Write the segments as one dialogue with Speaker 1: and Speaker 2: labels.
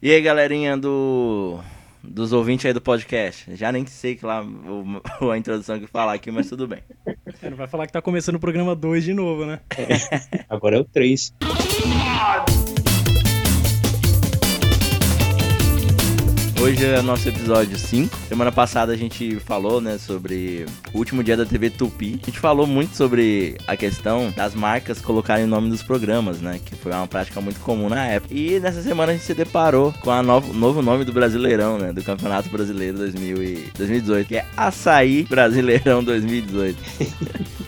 Speaker 1: E aí, galerinha do dos ouvintes aí do podcast. Já nem sei que lá o, a introdução que falar aqui, mas tudo bem.
Speaker 2: Você não vai falar que tá começando o programa 2 de novo, né?
Speaker 3: É, agora é o 3.
Speaker 1: Hoje é nosso episódio 5. Semana passada a gente falou, né, sobre o último dia da TV Tupi. A gente falou muito sobre a questão das marcas colocarem o nome dos programas, né, que foi uma prática muito comum na época. E nessa semana a gente se deparou com o novo, novo nome do Brasileirão, né, do Campeonato Brasileiro 2000 e 2018, que é Açaí Brasileirão 2018.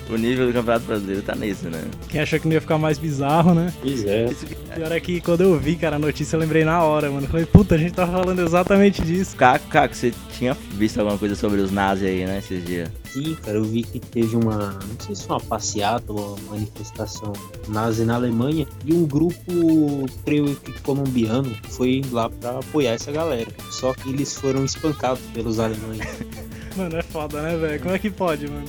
Speaker 1: o nível do Campeonato Brasileiro tá nesse, né?
Speaker 2: Quem achou que não ia ficar mais bizarro, né?
Speaker 3: Pois é.
Speaker 2: Isso que... Pior é que quando eu vi, cara, a notícia, eu lembrei na hora, mano. Eu falei, puta, a gente tá falando exatamente disso.
Speaker 1: Caco, Caco, você tinha visto alguma coisa sobre os nazis aí, né, esses dias?
Speaker 3: Sim, cara, eu vi que teve uma, não sei se foi uma passeata ou uma manifestação nazi na Alemanha e um grupo, creio que colombiano, foi lá pra apoiar essa galera. Só que eles foram espancados pelos alemães.
Speaker 2: mano, é foda, né, velho? Como é que pode, mano?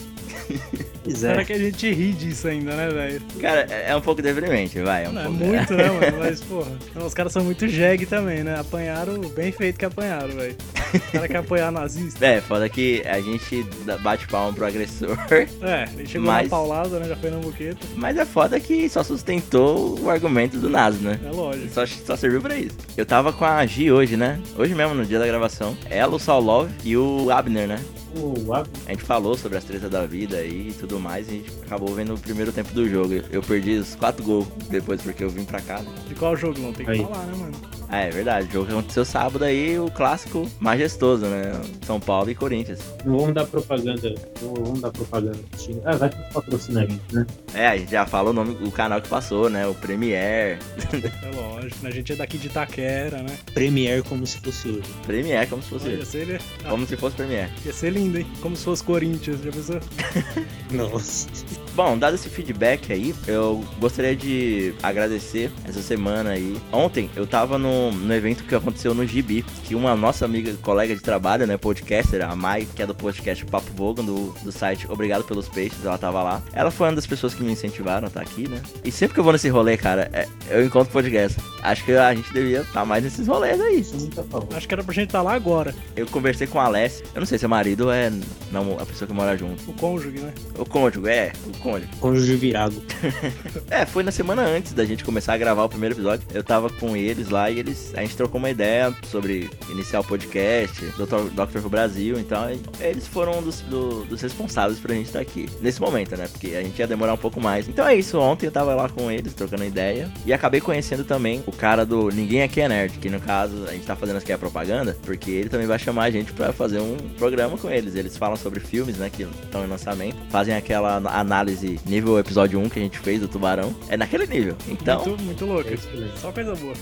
Speaker 1: É.
Speaker 3: Pois é.
Speaker 2: Será que a gente ri disso ainda, né, velho?
Speaker 1: Cara, é um pouco deprimente, vai. É, um
Speaker 2: Não, é
Speaker 1: pouco...
Speaker 2: muito, né, mano? Mas, porra, os caras são muito jegue também, né? Apanharam, bem feito que apanharam, velho. O cara quer apoiar nazista.
Speaker 1: É, foda que a gente dá- bate palma pro agressor,
Speaker 2: É, ele chegou
Speaker 1: Mas-
Speaker 2: na paulada, né? Já foi na buqueta.
Speaker 1: mas é foda que só sustentou o argumento do nazi, né?
Speaker 2: É lógico.
Speaker 1: Só, só serviu pra isso. Eu tava com a Gi hoje, né? Hoje mesmo, no dia da gravação. Ela, o Saulov e o Abner, né?
Speaker 3: O Ab-
Speaker 1: A gente falou sobre as tretas da vida aí e tudo mais. E a gente acabou vendo o primeiro tempo do jogo. Eu perdi os quatro gols depois porque eu vim pra cá. né?
Speaker 2: De qual jogo não? Tem que
Speaker 3: Aí.
Speaker 2: falar, né, mano?
Speaker 1: Ah, é verdade. O jogo que aconteceu sábado aí, o clássico majestoso, né? São Paulo e Corinthians.
Speaker 3: Não vamos dar propaganda. Não vamos dar propaganda. Ah, vai que patrocina a gente, né?
Speaker 1: É, a gente já fala o nome, o canal que passou, né? O Premiere.
Speaker 2: É lógico. A gente é daqui de Itaquera, né?
Speaker 3: Premier como se fosse hoje.
Speaker 1: Premiere, como se fosse.
Speaker 2: Olha, é ia ser,
Speaker 1: Como se fosse Premiere.
Speaker 2: ia ser lindo, hein? Como se fosse Corinthians, já pensou?
Speaker 3: Nossa.
Speaker 1: Bom, dado esse feedback aí, eu gostaria de agradecer essa semana aí. Ontem eu tava no, no evento que aconteceu no Gibi, que uma nossa amiga, colega de trabalho, né, podcaster, a Mai, que é do podcast Papo Vogan, do, do site Obrigado pelos Peixes, ela tava lá. Ela foi uma das pessoas que me incentivaram a estar aqui, né? E sempre que eu vou nesse rolê, cara, é- eu encontro podcast. Acho que a gente devia estar mais nesses rolês aí.
Speaker 3: Isso é muito a favor.
Speaker 2: Acho que era pra gente estar lá agora.
Speaker 1: Eu conversei com a Alessia, eu não sei se é marido ou é não, a pessoa que mora junto.
Speaker 2: O cônjuge, né?
Speaker 1: O cônjuge, é, o cônjuge.
Speaker 3: Cônjuge virado.
Speaker 1: É, foi na semana antes da gente começar a gravar o primeiro episódio. Eu tava com eles lá e eles. A gente trocou uma ideia sobre iniciar o podcast, Dr. Doctor Who Brasil, então e- eles foram um dos, do- dos responsáveis pra gente estar aqui. Nesse momento, né? Porque a gente ia demorar um pouco mais. Então é isso, ontem eu tava lá com eles, trocando ideia. E acabei conhecendo também o cara do Ninguém Aqui é Nerd, que no caso a gente tá fazendo aqui a propaganda, porque ele também vai chamar a gente pra fazer um programa com eles. Eles falam sobre filmes, né, que estão em lançamento, fazem aquela an- análise nível episódio 1 que a gente fez do Tubarão. É naquele nível. Então,
Speaker 2: Muito, muito louco.
Speaker 3: É isso mesmo.
Speaker 2: Só coisa boa.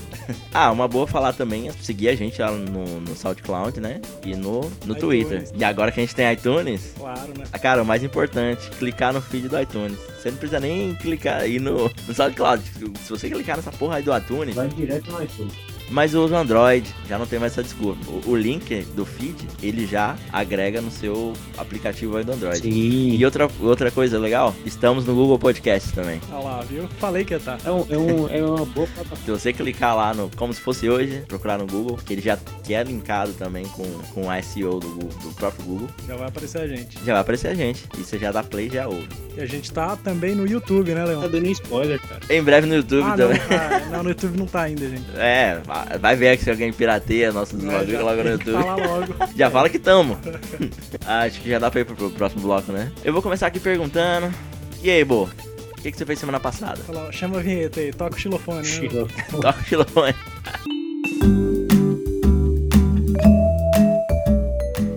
Speaker 1: ah, uma boa falar também é seguir a gente lá no, no SoundCloud, né, e no, no
Speaker 2: iTunes.
Speaker 1: Twitter. E agora que a gente tem iTunes.
Speaker 2: Claro, né?
Speaker 1: ah, Cara, o mais importante, clicar no feed do iTunes. Você não precisa nem clicar aí no, no SoundCloud. Se você clicar nessa porra aí do iTunes,
Speaker 3: Vai direto no iPhone.
Speaker 1: Mas eu uso Android, já não tem mais essa desculpa. O, o link do feed, ele já agrega no seu aplicativo aí do Android.
Speaker 3: Sim.
Speaker 1: E outra, outra coisa legal, estamos no Google Podcast também.
Speaker 2: Olha Tá lá, viu? Falei que ia tá. estar.
Speaker 3: É, um, é, um, é uma boa plataforma.
Speaker 1: Se você clicar lá no Como Se Fosse Hoje, procurar no Google, que ele já que é linkado também com, com a SEO do, Google- do próprio Google,
Speaker 2: Já vai aparecer a gente.
Speaker 1: já vai aparecer a gente. E você já dá play já ouve.
Speaker 2: E a gente tá também no YouTube, né,
Speaker 3: Tá
Speaker 2: Leão?
Speaker 3: dando spoiler, cara.
Speaker 1: Em breve no YouTube
Speaker 2: Ah, não,
Speaker 1: também.
Speaker 2: ah, não, no YouTube não tá ainda, gente.
Speaker 1: É, vai- vai ver que se alguém pirateia nossos
Speaker 2: É,
Speaker 1: bagulho
Speaker 2: já
Speaker 1: logo Tá no
Speaker 2: tem que
Speaker 1: YouTube.
Speaker 2: Falar logo.
Speaker 1: Já fala que tamo. Acho que já dá pra ir pro, pro próximo bloco, né? Eu vou começar aqui perguntando. E aí, Bo? O que, que você fez semana passada?
Speaker 2: Fala, chama a vinheta aí, toca o xilofone, né?
Speaker 3: Chegou.
Speaker 1: Toca o xilofone.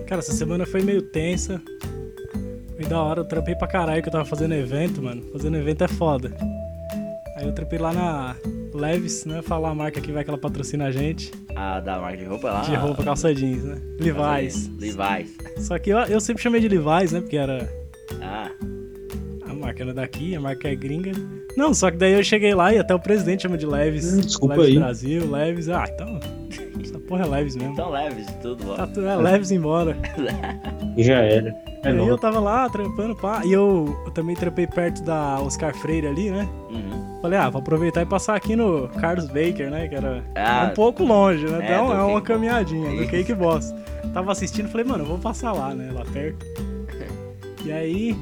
Speaker 2: Cara, essa semana foi meio tensa. Foi da hora, eu trampei pra caralho que eu tava fazendo evento, mano. Fazendo evento é foda. Aí eu trampei lá na Leves, né? Falar a marca que vai que ela patrocina a gente.
Speaker 1: Ah, da marca de roupa lá.
Speaker 2: De roupa, calça jeans, né? Levi's.
Speaker 1: Levi's.
Speaker 2: Só que eu, eu sempre chamei de Levi's, né? Porque era
Speaker 1: Ah,
Speaker 2: A marca era daqui, a marca é gringa. Não, só que daí eu cheguei lá e até o presidente chama de Leves.
Speaker 3: Hum, desculpa
Speaker 2: Leves
Speaker 3: aí.
Speaker 2: Brasil, Leves. Ah, então. Essa porra é leves mesmo.
Speaker 1: Então leves de tudo, ó.
Speaker 2: Tá tudo, é leves embora.
Speaker 3: Já era.
Speaker 2: E
Speaker 3: É
Speaker 2: aí eu
Speaker 3: nóis.
Speaker 2: tava lá trampando, pá. E eu, eu também trampei perto da Oscar Freire ali, né?
Speaker 1: Uhum.
Speaker 2: Falei, ah, vou aproveitar e passar aqui no Carlos Baker, né? Que era
Speaker 1: Ah,
Speaker 2: um pouco longe, né?
Speaker 1: é,
Speaker 2: então
Speaker 1: do
Speaker 2: é uma
Speaker 1: Cake
Speaker 2: caminhadinha
Speaker 1: Boss.
Speaker 2: do Cake Boss. Tava assistindo, falei, mano, eu vou passar lá, né? Lá perto. E aí,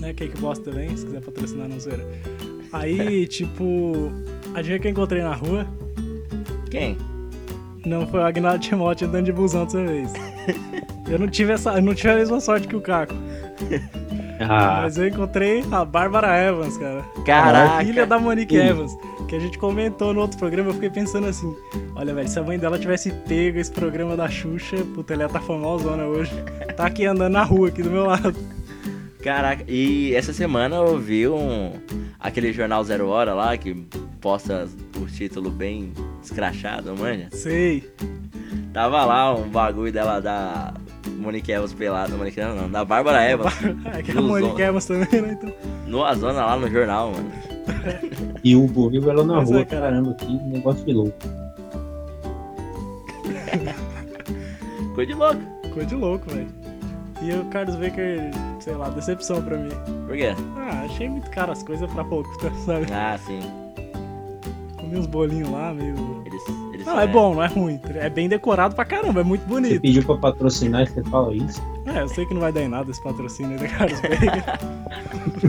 Speaker 2: né? Cake Boss também, se quiser patrocinar, não zoeira. Aí, tipo, adivinha quem eu encontrei na rua?
Speaker 1: Quem?
Speaker 2: Não foi o Agnaldo Timóteo andando de busão dessa vez. Eu não tive essa, eu não tive a mesma sorte que o Caco.
Speaker 3: Ah,
Speaker 2: Mas eu encontrei a Bárbara Evans, cara.
Speaker 1: Caraca!
Speaker 2: Filha da Monique
Speaker 3: Ih.
Speaker 2: Evans. Que a gente comentou no outro programa, eu fiquei pensando assim: olha, velho, se a mãe dela tivesse pego esse programa da Xuxa, puta, ela ia tá famosona hoje. Tá aqui andando na rua, aqui do meu lado.
Speaker 1: Caraca, e essa semana eu vi um. aquele jornal Zero Hora lá que posta o título bem escrachado, manja.
Speaker 2: Sei.
Speaker 1: Tava lá um bagulho dela da. Monique Evans pelada, Monique Evans não, da Bárbara Evans.
Speaker 2: É que a
Speaker 1: Ilusão.
Speaker 2: Monique Evans também, né? Então,
Speaker 1: No Azona lá no jornal, mano.
Speaker 3: e o Burril ela na
Speaker 2: Pois é,
Speaker 3: rua.
Speaker 2: cara.
Speaker 3: Caramba, que negócio de louco.
Speaker 1: Coisa de louco.
Speaker 2: coisa de louco, velho. E o Carlos Baker, sei lá, decepção pra mim.
Speaker 1: Por quê?
Speaker 2: Ah, achei muito caro as coisas pra pouco, tá, sabe?
Speaker 1: Ah, sim.
Speaker 2: Comi uns bolinhos lá, meio.
Speaker 1: Eles. eles
Speaker 2: Não, é
Speaker 1: né?
Speaker 2: bom, não é ruim. É bem decorado pra caramba, é muito
Speaker 3: Você
Speaker 2: bonito.
Speaker 3: pediu pra patrocinar e você fala isso?
Speaker 2: É, eu sei que não vai dar em nada esse patrocínio da Carlos Veiga.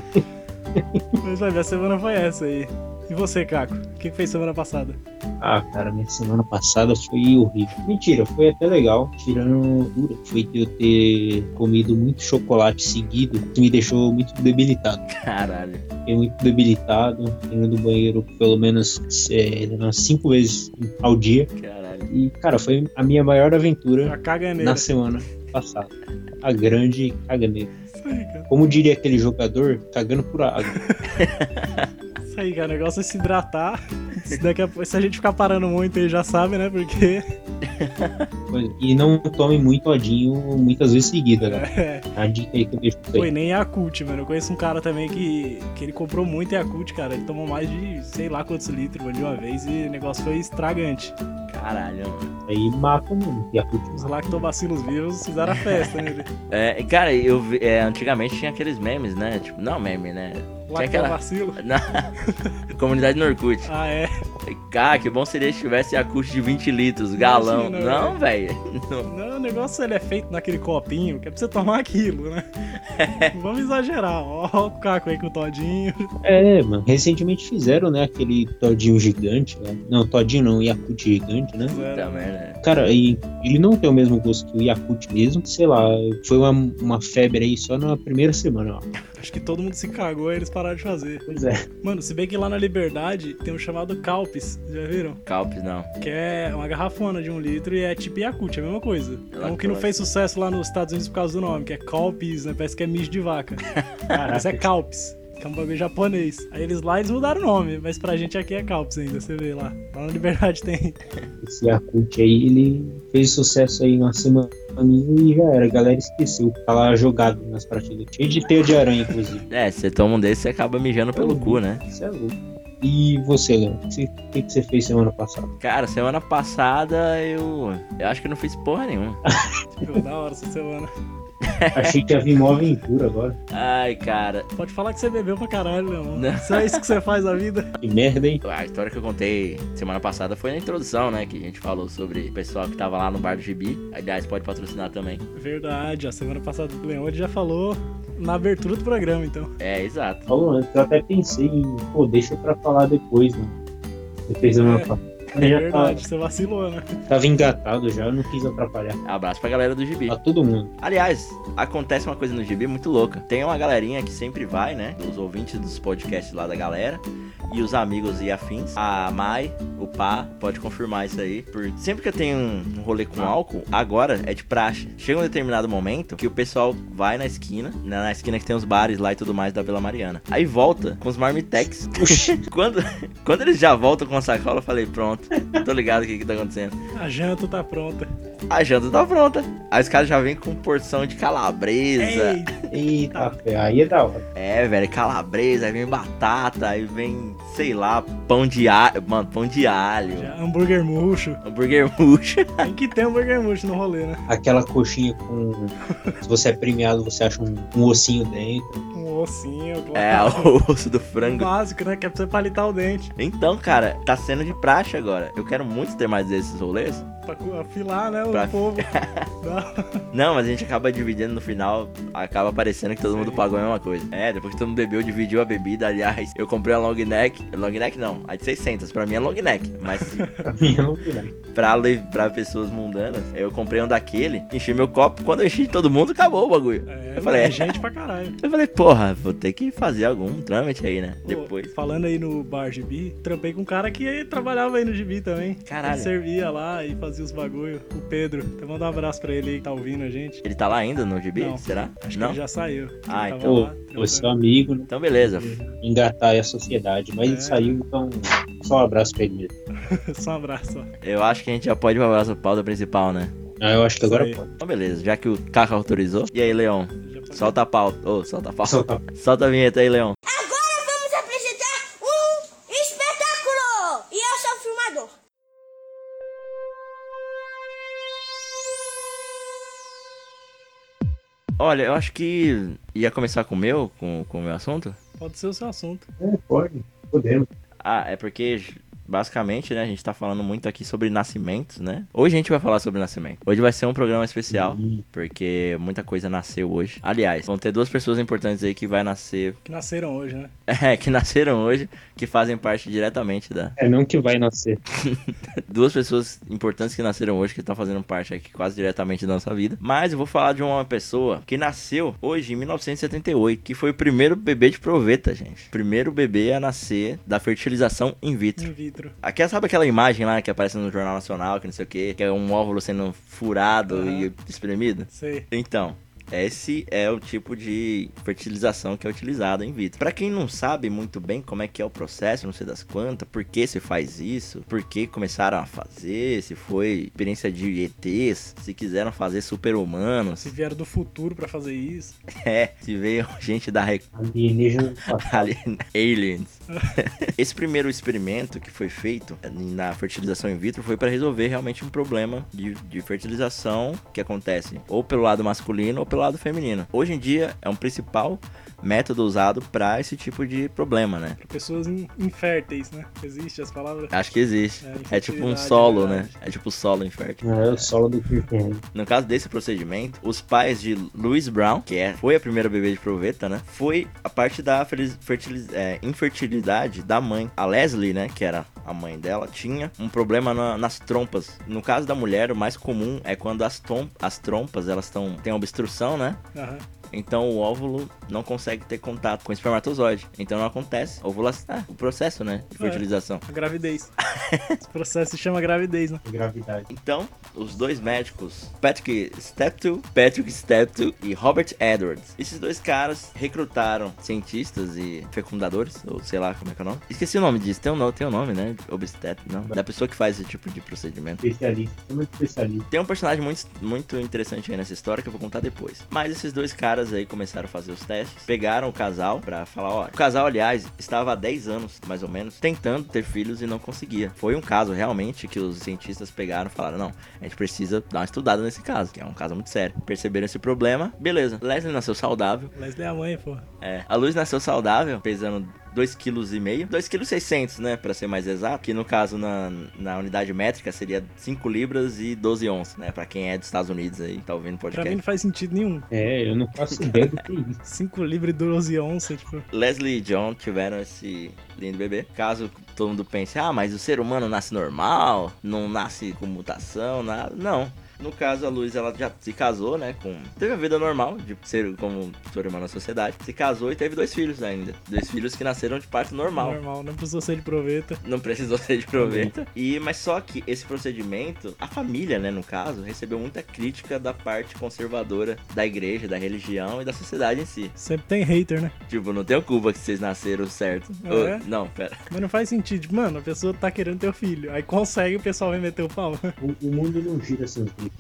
Speaker 2: Mas vai ver, a semana foi essa aí. E você, Caco? O que que fez semana passada?
Speaker 3: Ah, cara, minha semana passada foi horrível. Mentira, foi até legal. Tirando dura, foi de eu ter comido muito chocolate seguido, que me deixou muito debilitado.
Speaker 1: Caralho.
Speaker 3: Fiquei muito debilitado, indo do banheiro pelo menos é, umas cinco vezes ao dia.
Speaker 1: Caralho.
Speaker 3: E, cara, foi a minha maior aventura
Speaker 2: A é caganeira.
Speaker 3: na semana passada. A grande caganeira.
Speaker 2: Isso aí, cara.
Speaker 3: Como diria aquele jogador, cagando por água.
Speaker 2: Isso aí, cara. O negócio é se hidratar. Se, daqui a... pouco- se a gente ficar parando muito aí, já sabe, né? Porque.
Speaker 3: E não tome muito odinho muitas vezes seguida, cara.
Speaker 2: É.
Speaker 3: A dica aí que eu deixo pra vocês.
Speaker 2: Foi nem Yakult, mano. Eu conheço um cara também que, que ele comprou muito Yakult, cara. Ele tomou mais de sei lá quantos litros mano, de uma vez e o negócio foi estragante.
Speaker 1: Caralho, mano.
Speaker 3: Aí mata, mano. E a última.
Speaker 2: Os lactobacilos vivos fizeram a festa, né?
Speaker 1: É, e, cara, eu vi. é, antigamente tinha aqueles memes, né? Tipo, não meme, né? Tinha aquela-
Speaker 2: Lactobacilo.
Speaker 1: Na comunidade no Orkut.
Speaker 2: Ah, é.
Speaker 1: Cara, que bom seria se tivesse a custo de 20 litros, galão.
Speaker 2: Imagina, né? É.
Speaker 1: não, velho.
Speaker 2: Não, o negócio ele é feito naquele copinho que é pra você tomar aquilo, né? Não Vamos exagerar. Ó, o Caco aí com o Todinho.
Speaker 3: É, mano. Recentemente fizeram, né? Aquele Todinho gigante. Né? Não, Todinho não, Yakut gigante, né?
Speaker 1: Puta
Speaker 2: Zero.
Speaker 1: merda.
Speaker 3: Cara, e ele não tem o mesmo gosto que o Yakut mesmo. Sei lá, foi uma, uma febre aí só na primeira semana, ó.
Speaker 2: Acho que todo mundo se cagou e eles pararam de fazer.
Speaker 3: Pois é.
Speaker 2: Mano, se bem que lá na Liberdade tem um chamado Calpis, já viram?
Speaker 1: Calpes, não.
Speaker 2: Que é uma garrafona de um litro e é tipo Yakut, é a mesma coisa. É um que não
Speaker 1: Lactose.
Speaker 2: fez sucesso lá nos Estados Unidos por causa do nome, que é Calpis, né? Parece que é mijo de vaca. Mas é Calpis. Que é um bagulho japonês. Aí eles lá eles mudaram o nome, mas pra gente aqui é Calpis ainda, você vê lá. Lá na Liberdade tem.
Speaker 3: Esse Yakut aí, ele fez sucesso aí na semana e já era. A galera esqueceu. Tá lá jogado nas prateleiras. Cheio de teia de aranha, inclusive.
Speaker 1: É, você toma um desse, você acaba mijando pelo cu, né?
Speaker 3: Isso é louco. E você, Léo? O que, o que que você fez semana passada?
Speaker 1: Cara, semana passada eu. Eu acho que não fiz porra nenhuma.
Speaker 2: Pô, da hora essa semana.
Speaker 3: Achei que havia uma aventura agora.
Speaker 1: Ai, cara.
Speaker 2: Pode falar que você bebeu pra caralho, Leão.
Speaker 1: Não.
Speaker 2: Só isso que você faz na vida.
Speaker 3: Que merda, hein?
Speaker 1: A história que eu contei semana passada foi na introdução, né? Que a gente falou sobre o pessoal que tava lá no bar do Gibi. Aliás, pode patrocinar também.
Speaker 2: Verdade, a semana passada o Leão ele já falou na abertura do programa, então.
Speaker 1: É, exato.
Speaker 3: falou antes, eu até pensei em, pô, deixa pra falar depois, mano. Depois eu não
Speaker 2: É,
Speaker 3: falo.
Speaker 2: É
Speaker 3: Eu já
Speaker 2: verdade, você vacilou, né?
Speaker 3: tava, tava engatado já, eu não quis atrapalhar.
Speaker 1: Abraço pra galera do Gibi.
Speaker 3: Pra todo mundo.
Speaker 1: Aliás, acontece uma coisa no GB muito louca. Tem uma galerinha que sempre vai, né? Os ouvintes dos podcasts lá da galera. E os amigos e afins. A Mai, o Pá, pode confirmar isso aí. Por... Sempre que eu tenho um rolê com álcool, agora é de praxe. Chega um determinado momento que o pessoal vai na esquina, né, na na esquina que tem os bares lá e tudo mais da Vila Mariana. Aí volta com os marmitex.
Speaker 3: Oxi,
Speaker 1: Quando, quando eles já voltam com a sacola, eu falei, pronto, tô ligado o que que tá acontecendo.
Speaker 2: A janta tá pronta.
Speaker 1: A janta tá pronta. Aí os caras já vêm com porção de calabresa.
Speaker 2: Eita!
Speaker 3: Eita, fé, aí é da hora.
Speaker 1: É, velho, calabresa, aí vem batata, aí vem, sei lá, pão de alho. Mano, pão de alho.
Speaker 2: Já, hambúrguer murcho.
Speaker 1: Hambúrguer murcho.
Speaker 2: Tem que ter hambúrguer murcho no rolê, né?
Speaker 3: Aquela coxinha com. Se você é premiado, você acha um, um ossinho dentro.
Speaker 2: Um ossinho, claro.
Speaker 1: É, o osso do frango.
Speaker 2: Básico, né? Que é pra você palitar o dente.
Speaker 1: Então, cara, tá sendo de praxe agora. Eu quero muito ter mais desses rolês.
Speaker 2: Pra cu- afilar, né? O
Speaker 1: Pra-
Speaker 2: povo. Dá-
Speaker 1: Não, mas a gente acaba dividindo no final, acaba parecendo que todo mundo pagou a mesma coisa. É, depois que todo mundo bebeu, dividiu a bebida. Aliás, eu comprei a long neck. Long neck não, a de 600. Pra mim é long neck. Mas
Speaker 3: Pra mim eu não vi, né?
Speaker 1: pra, le- pra pessoas mundanas, eu comprei um daquele, enchi meu copo. Quando eu enchi de todo mundo, acabou o bagulho.
Speaker 2: É,
Speaker 1: Eu falei,
Speaker 2: é gente pra caralho.
Speaker 1: Eu falei, porra, vou ter que fazer algum trâmite aí, né?
Speaker 2: Pô,
Speaker 1: Depois.
Speaker 2: Falando aí no bar Gibi, trampei com um cara que trabalhava aí no Gibi também.
Speaker 1: Caralho.
Speaker 2: Ele servia lá e fazia os bagulho. O Pedro. Então manda um abraço pra ele aí que tá ouvindo a gente.
Speaker 1: Ele tá lá ainda no gibi?
Speaker 2: Não,
Speaker 1: Será?
Speaker 2: Acho que
Speaker 1: não?
Speaker 2: ele já saiu.
Speaker 1: Ah,
Speaker 2: Ele tava
Speaker 1: então-
Speaker 2: lá,
Speaker 3: Foi
Speaker 2: trampando.
Speaker 3: seu amigo, né?
Speaker 1: Então beleza.
Speaker 3: engatar aí a sociedade. Mas
Speaker 2: É.
Speaker 3: ele saiu, então. Só um abraço pra ele mesmo.
Speaker 2: Só um abraço. ó.
Speaker 1: Eu acho que a gente já pode ir pra nossa pauta principal, né?
Speaker 3: Ah, eu acho que
Speaker 2: Isso
Speaker 3: agora
Speaker 2: aí.
Speaker 3: pode.
Speaker 1: Então beleza, já que o Kaka autorizou. E aí, Leon?
Speaker 2: Já pode-
Speaker 1: Solta a pauta. Ô, solta a pauta.
Speaker 3: Só tá
Speaker 1: Solta a vinheta aí, Leon.
Speaker 4: Agora vamos apresentar um espetáculo! E eu sou o filmador.
Speaker 1: Olha, eu acho que ia começar com o meu, com, com o meu assunto.
Speaker 2: Pode ser o seu assunto.
Speaker 3: É, pode. Podemos.
Speaker 1: Ah, é porque basicamente, né, a gente tá falando muito aqui sobre nascimentos, né? Hoje a gente vai falar sobre nascimento. Hoje vai ser um programa especial,
Speaker 3: Hum.
Speaker 1: porque muita coisa nasceu hoje. Aliás, vão ter duas pessoas importantes aí que vai nascer,
Speaker 2: Que nasceram hoje, né?
Speaker 1: é, que nasceram hoje, que fazem parte diretamente da
Speaker 3: É não que vai nascer.
Speaker 1: duas pessoas importantes que nasceram hoje, que estão fazendo parte aqui quase diretamente da nossa vida. Mas eu vou falar de uma pessoa que nasceu hoje, em 1978, que foi o primeiro bebê de proveta, gente. Primeiro bebê a nascer da fertilização in vitro.
Speaker 2: In vitro.
Speaker 1: Aqui, sabe aquela imagem lá que aparece no Jornal Nacional, que não sei o quê, que é um óvulo sendo furado
Speaker 2: Uhum.
Speaker 1: e espremido?
Speaker 2: Sei.
Speaker 1: Então, esse é o tipo de fertilização que é utilizada in vitro. Pra quem não sabe muito bem como é que é o processo, não sei das quantas, por que se faz isso, por que começaram a fazer, se foi experiência de ETs, se quiseram fazer super-humanos,
Speaker 2: Se vieram do futuro pra fazer isso.
Speaker 1: é, se veio gente da Re-
Speaker 3: Alienígena. Ah,
Speaker 1: Alien- Aliens. Esse primeiro experimento que foi feito na fertilização in vitro foi para resolver realmente um problema de, de fertilização que acontece ou pelo lado masculino ou pelo lado feminino. Hoje em dia é um principal método usado para esse tipo de problema, né?
Speaker 2: Pra pessoas in- inférteis, né? Existe as palavras?
Speaker 1: Acho que existe.
Speaker 2: É,
Speaker 1: É tipo um
Speaker 2: infertilidade,
Speaker 1: solo, né?
Speaker 2: verdade.
Speaker 1: É tipo solo infértil.
Speaker 3: É o solo do Kirkland.
Speaker 1: No caso desse procedimento, os pais de Louis Brown, que é, foi a primeira bebê de proveta, né? Foi a parte da feliz- fertiliz- é, infertilidade da mãe. A Leslie, né? Que era a mãe dela, tinha um problema na- nas trompas. No caso da mulher, o mais comum é quando as, tom- as trompas, elas estão... Tem obstrução, né?
Speaker 2: Aham.
Speaker 1: Então o óvulo não consegue ter contato com o espermatozoide. Então não acontece. Ovulação. Ah, o processo, né? De
Speaker 2: É.
Speaker 1: fertilização.
Speaker 2: A gravidez. Esse processo se chama gravidez, né?
Speaker 3: Gravidade.
Speaker 1: Então, os dois médicos, Patrick Steptoe, Patrick Steptoe e Robert Edwards. Esses dois caras recrutaram cientistas e fecundadores, ou sei lá como é que é o nome. Esqueci o nome disso, tem um nome, tem um nome né? Obstetra, não? Da pessoa que faz esse tipo de procedimento.
Speaker 3: Especialista. Chama de especialista.
Speaker 1: Tem um personagem muito, muito interessante aí nessa história que eu vou contar depois. Mas esses dois caras aí começaram a fazer os testes, pegaram o casal pra falar, ó, o casal, aliás, estava há 10 anos, mais ou menos, tentando ter filhos e não conseguia. Foi um caso realmente que os cientistas pegaram e falaram, não, a gente precisa dar uma estudada nesse caso, que é um caso muito sério. Perceberam esse problema, beleza. Leslie nasceu saudável,
Speaker 2: Leslie é a mãe, pô.
Speaker 1: é, a Luz nasceu saudável, pesando 2,5 kg, 2,6 kg, né, pra ser mais exato, que no caso na, na unidade métrica seria 5 libras e 12 onças, né, pra quem é dos Estados Unidos aí, tá ouvindo o
Speaker 2: Pra mim
Speaker 1: podcast.
Speaker 2: não faz sentido nenhum.
Speaker 3: É, eu não faço ideia do que é isso.
Speaker 2: 5 livre 12 onça, tipo.
Speaker 1: Leslie e John tiveram esse lindo bebê. Caso todo mundo pense, ah, mas o ser humano nasce normal, não nasce com mutação, nada. Não. No caso, a Luz, ela já se casou, né, com... Teve a vida normal, de ser como ser humano na sociedade. Se casou e teve dois filhos ainda. Dois filhos que nasceram de parto normal.
Speaker 2: Normal, não precisou ser de proveta.
Speaker 1: não precisou ser de proveta. E, mas só que esse procedimento, a família, né, no caso, recebeu muita crítica da parte conservadora da igreja, da religião e da sociedade em si.
Speaker 2: Sempre tem hater, né?
Speaker 1: Tipo, não tem culpa que vocês nasceram certo.
Speaker 2: É.
Speaker 1: Ô, não, pera.
Speaker 2: Mas não faz sentido. Mano, a pessoa tá querendo ter o filho. Aí consegue, o pessoal vem meter o pau.
Speaker 3: O, o mundo não gira assim. sem os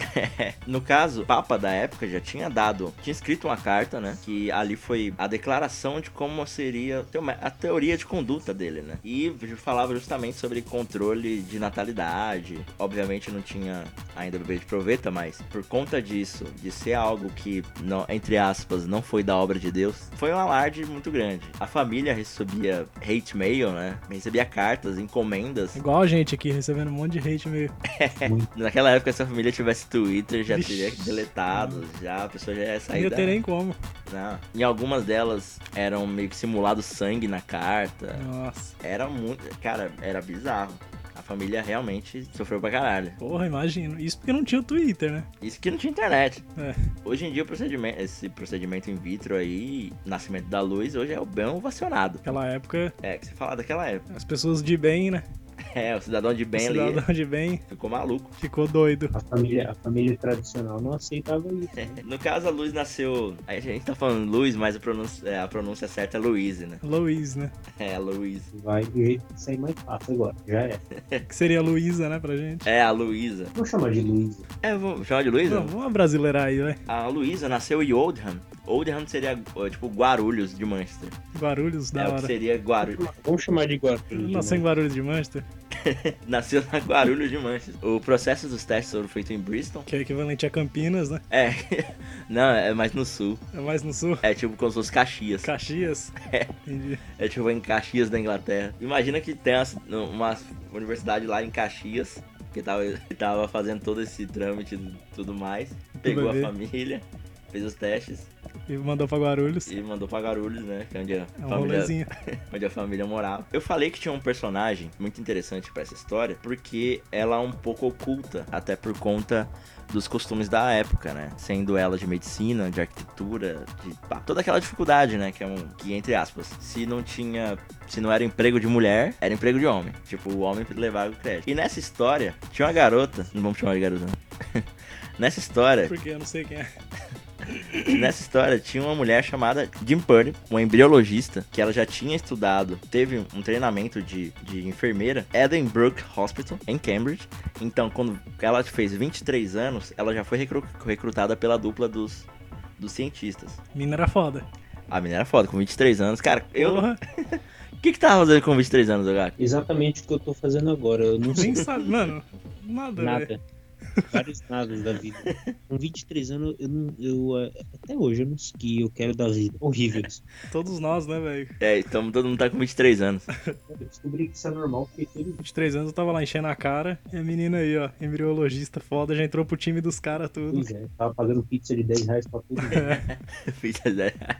Speaker 1: No caso, o Papa da época já tinha dado, tinha escrito uma carta, né? Que ali foi a declaração de como seria teo- a teoria de conduta dele, né? E falava justamente sobre controle de natalidade. Obviamente não tinha ainda bebê de proveta, mas por conta disso, de ser algo que, não- entre aspas, não foi da obra de Deus, foi um alarde muito grande. A família recebia hate mail, né? Recebia cartas, encomendas.
Speaker 2: Igual a gente aqui, recebendo um monte de hate meio.
Speaker 1: Naquela época, se a família tivesse Twitter, já
Speaker 2: Vixe.
Speaker 1: teria deletado, já a pessoa já ia
Speaker 2: Não
Speaker 1: sair
Speaker 2: ia
Speaker 1: da...
Speaker 2: ter nem como.
Speaker 1: Não. Em algumas delas, eram meio que simulado sangue na carta.
Speaker 2: Nossa.
Speaker 1: Era muito... Cara, era bizarro. A família realmente sofreu pra caralho.
Speaker 2: Porra, imagino. Isso porque não tinha o Twitter, né?
Speaker 1: Isso que não tinha internet.
Speaker 2: É.
Speaker 1: Hoje em dia, o procedimento, esse procedimento in vitro aí, nascimento da luz, hoje é o bem ovacionado.
Speaker 2: Naquela época,
Speaker 1: É, que você fala daquela época.
Speaker 2: as pessoas de bem, né?
Speaker 1: É, o cidadão de
Speaker 2: O
Speaker 1: bem ali
Speaker 2: cidadão de bem
Speaker 1: ficou maluco.
Speaker 2: ficou doido.
Speaker 3: A família, a família tradicional não aceitava isso. né?
Speaker 1: No caso, a luz nasceu... A gente tá falando luz, mas a pronúncia, é, a pronúncia certa é Louise, né?
Speaker 2: Luiz, né?
Speaker 1: É, Louise.
Speaker 3: Vai do jeito que sair mais fácil agora. Já é.
Speaker 2: Que seria a Luísa, né, pra gente.
Speaker 1: É, a Luísa.
Speaker 3: Vamos chamar de Luísa.
Speaker 1: É, vamos chamar de Luísa?
Speaker 2: Não, vamos brasileirar aí, vai.
Speaker 1: A Luísa nasceu em Oldham. Oldham seria, ó, tipo, Guarulhos de Manchester.
Speaker 2: Guarulhos, da
Speaker 1: é o que
Speaker 2: hora.
Speaker 1: seria Guarulhos.
Speaker 3: Vamos chamar de Guarulhos. né?
Speaker 2: Nasceu em Guarulhos de Manchester,
Speaker 1: Nasceu na Guarulhos de Manchester. O processo dos testes foram feito em Bristol.
Speaker 2: que é equivalente a Campinas, né?
Speaker 1: É, não, é mais no sul.
Speaker 2: É mais no sul.
Speaker 1: É tipo como se fosse Caxias.
Speaker 2: Caxias. Entendi.
Speaker 1: É tipo em Caxias da Inglaterra. Imagina que tem as- uma, universidade lá em Caxias, que tava, que tava fazendo todo esse trâmite e tudo mais. Pegou a
Speaker 2: bebê.
Speaker 1: família, fez os testes
Speaker 2: E mandou pra Guarulhos.
Speaker 1: e mandou pra Guarulhos, né? Que é onde a
Speaker 2: É um
Speaker 1: família
Speaker 2: rolezinho.
Speaker 1: onde a família morava. Eu falei que tinha um personagem muito interessante pra essa história, porque ela é um pouco oculta, até por conta dos costumes da época, né? Sendo ela de medicina, de arquitetura, de pá, toda aquela dificuldade, né? Que é um que entre aspas, se não tinha, se não era emprego de mulher, era emprego de homem. Tipo, o homem levava o crédito. E nessa história tinha uma garota, não vamos chamar de garota. não. nessa história,
Speaker 2: Porque eu não sei quem é.
Speaker 1: Nessa história tinha uma mulher chamada Jim Purdy, uma embriologista, que ela já tinha estudado, teve um treinamento de, de enfermeira, Edinburgh Hospital, em Cambridge. Então, quando ela fez 23 anos, ela já foi recru- recrutada pela dupla dos, dos cientistas.
Speaker 2: Mina era foda.
Speaker 1: A menina era foda, com 23 anos. Cara, eu.
Speaker 2: Porra,
Speaker 1: O que que tava fazendo com 23 anos, Gato?
Speaker 3: Exatamente o que eu tô fazendo agora. Eu não sei
Speaker 2: nem né? sabe, mano. Nada, velho.
Speaker 3: nada. Vários nada da vida. Com 23 anos, eu, não- eu eh, até hoje eu não sei o que eu quero da vida. Horrível isso.
Speaker 2: Todos nós, né, velho?
Speaker 1: É, então todo mundo tá com 23 anos.
Speaker 3: Eu descobri que isso é normal, porque teve
Speaker 2: 23 anos eu tava lá enchendo a cara. E a menina aí, ó, embriologista foda, já entrou pro time dos caras tudo.
Speaker 3: coisa. é, Eu tava pagando pizza de 10 reais pra tudo.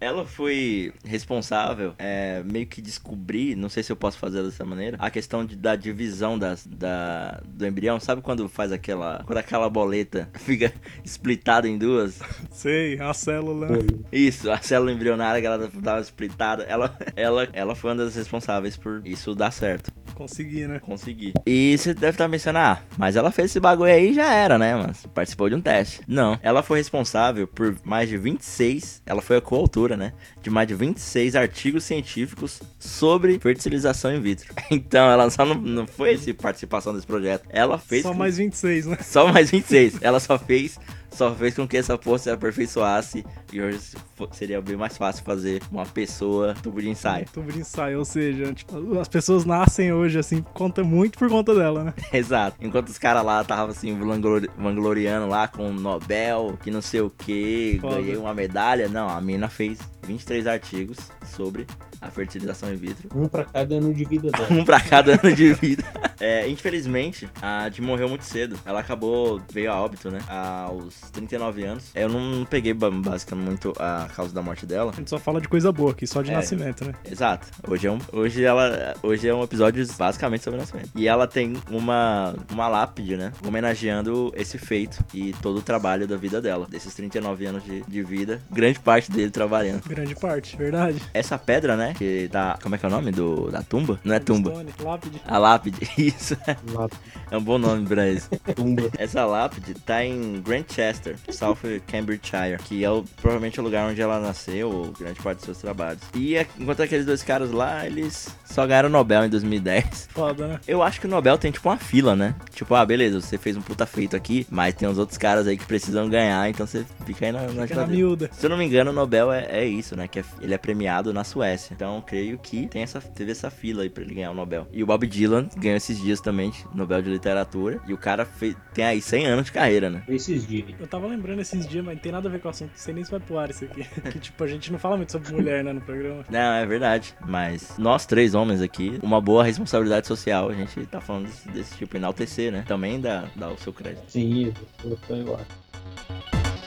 Speaker 1: Ela foi responsável, é, meio que descobrir, não sei se eu posso fazer dessa maneira, a questão de- da divisão das, da, do embrião. Sabe quando faz aquela. Quando aquela boleta fica splitada em duas?
Speaker 2: Sei, a célula.
Speaker 1: Isso, a célula embrionária que ela tava splitada. Ela, ela, ela foi uma das responsáveis por isso dar certo.
Speaker 2: Consegui, né?
Speaker 1: Consegui. E você deve estar pensando, ah, mas ela fez esse bagulho aí e já era, né, mano? Participou de um teste. Não, ela foi responsável por mais de 26, ela foi a coautora, né? De mais de 26 artigos científicos sobre fertilização in vitro. Então, ela só não, não foi esse participação desse projeto. Ela fez.
Speaker 2: Só
Speaker 1: com-
Speaker 2: mais 26, né?
Speaker 1: só mais 26. Ela só fez. Só fez com que essa porra se aperfeiçoasse. E hoje fo- seria bem mais fácil fazer uma pessoa tubo de ensaio.
Speaker 2: Tubo de ensaio, ou seja, tipo, as pessoas nascem hoje, assim, conta muito por conta dela, né?
Speaker 1: Exato. Enquanto os caras lá estavam assim, vanglori- vangloriando lá com o Nobel, que não sei o que,
Speaker 2: Foda.
Speaker 1: ganhei uma medalha. Não, a mina fez 23 artigos sobre a fertilização in vitro.
Speaker 3: Um pra cada ano de vida dela.
Speaker 1: Um pra cada ano de vida. É, infelizmente, a Di morreu muito cedo. Ela acabou, veio a óbito, né? Aos 39 anos. Eu não peguei ba- basicamente muito a causa da morte dela.
Speaker 2: A gente só fala de coisa boa aqui, só de
Speaker 1: É.
Speaker 2: nascimento, né?
Speaker 1: Exato. Hoje é um, hoje ela, hoje é um episódio basicamente sobre o nascimento. E ela tem uma, uma lápide, né? Homenageando esse feito e todo o trabalho da vida dela. Desses 39 anos de, de vida, grande parte dele trabalhando.
Speaker 2: Grande parte, verdade.
Speaker 1: Essa pedra, né? Que da. Como é que é o nome? Do, da tumba? Não é tumba.
Speaker 2: Stone, lápide.
Speaker 1: A lápide. Isso.
Speaker 3: Lá,
Speaker 1: É um bom nome pra isso.
Speaker 3: tumba.
Speaker 1: Essa lápide tá em Grantchester, South Cambridgeshire, que é o, provavelmente o lugar onde ela nasceu, ou grande parte dos seus trabalhos. E é- enquanto aqueles dois caras lá, eles só ganharam o Nobel em 2010.
Speaker 2: Foda, né?
Speaker 1: Eu acho que o Nobel tem tipo uma fila, né? Tipo, ah, beleza, você fez um puta feito aqui, mas tem uns outros caras aí que precisam ganhar, então você fica aí na, na
Speaker 2: Aquela
Speaker 1: geladeira.
Speaker 2: miúda.
Speaker 1: Se eu não me engano, o Nobel é, é isso, né? Que é- ele é premiado na Suécia. Então, eu creio que tem essa, teve essa fila aí pra ele ganhar o Nobel. E o Bob Dylan ganhou esses dias também, de Nobel de Literatura. E o cara fe- tem aí 100 anos de carreira, né?
Speaker 3: Esses dias.
Speaker 2: Eu tava lembrando esses dias, mas não tem nada a ver com o assunto, não sei nem se vai pro ar isso aqui. Que tipo, a gente não fala muito sobre mulher, né, no programa.
Speaker 1: Não, é verdade. Mas nós três homens aqui, uma boa responsabilidade social. A gente tá falando desse, desse tipo, enaltecer, né? Também dá, dá o seu crédito.
Speaker 3: Sim, eu, eu, eu acho.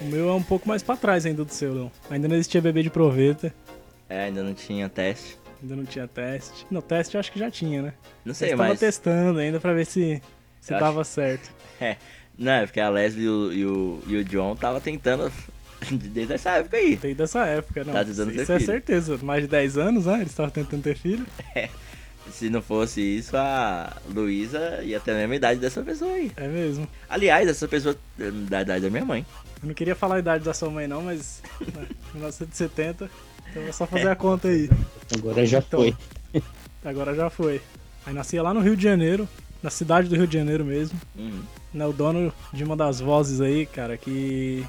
Speaker 2: O meu é um pouco mais pra trás ainda do seu, Leon. Ainda não existia bebê de proveta,
Speaker 1: É, ainda não tinha teste.
Speaker 2: ainda não tinha teste. Não, teste eu acho que já tinha, né?
Speaker 1: Não
Speaker 2: Mas
Speaker 1: sei,
Speaker 2: tava
Speaker 1: mas...
Speaker 2: testando ainda pra ver se, se
Speaker 1: Eu
Speaker 2: tava certo.
Speaker 1: É. Não, é porque a Leslie e o, e o, e o John tava tentando desde essa época aí.
Speaker 2: Tem dessa época, não.
Speaker 1: Tá tentando ter
Speaker 2: Isso é
Speaker 1: filho.
Speaker 2: certeza. Mais de 10 anos, né? Eles estavam tentando ter filho.
Speaker 1: Se não fosse isso, a Luísa ia ter a mesma idade dessa pessoa aí.
Speaker 2: É mesmo.
Speaker 1: Aliás, essa pessoa é da idade da minha mãe.
Speaker 2: Eu não queria falar a idade da sua mãe, não, mas. né, 1970. Então é só fazer a conta aí.
Speaker 3: Agora já
Speaker 2: Então,
Speaker 3: foi.
Speaker 2: Agora já foi. Aí nascia lá no Rio de Janeiro, na cidade do Rio de Janeiro mesmo.
Speaker 1: Uhum.
Speaker 2: Né, o dono de uma das vozes aí, cara, que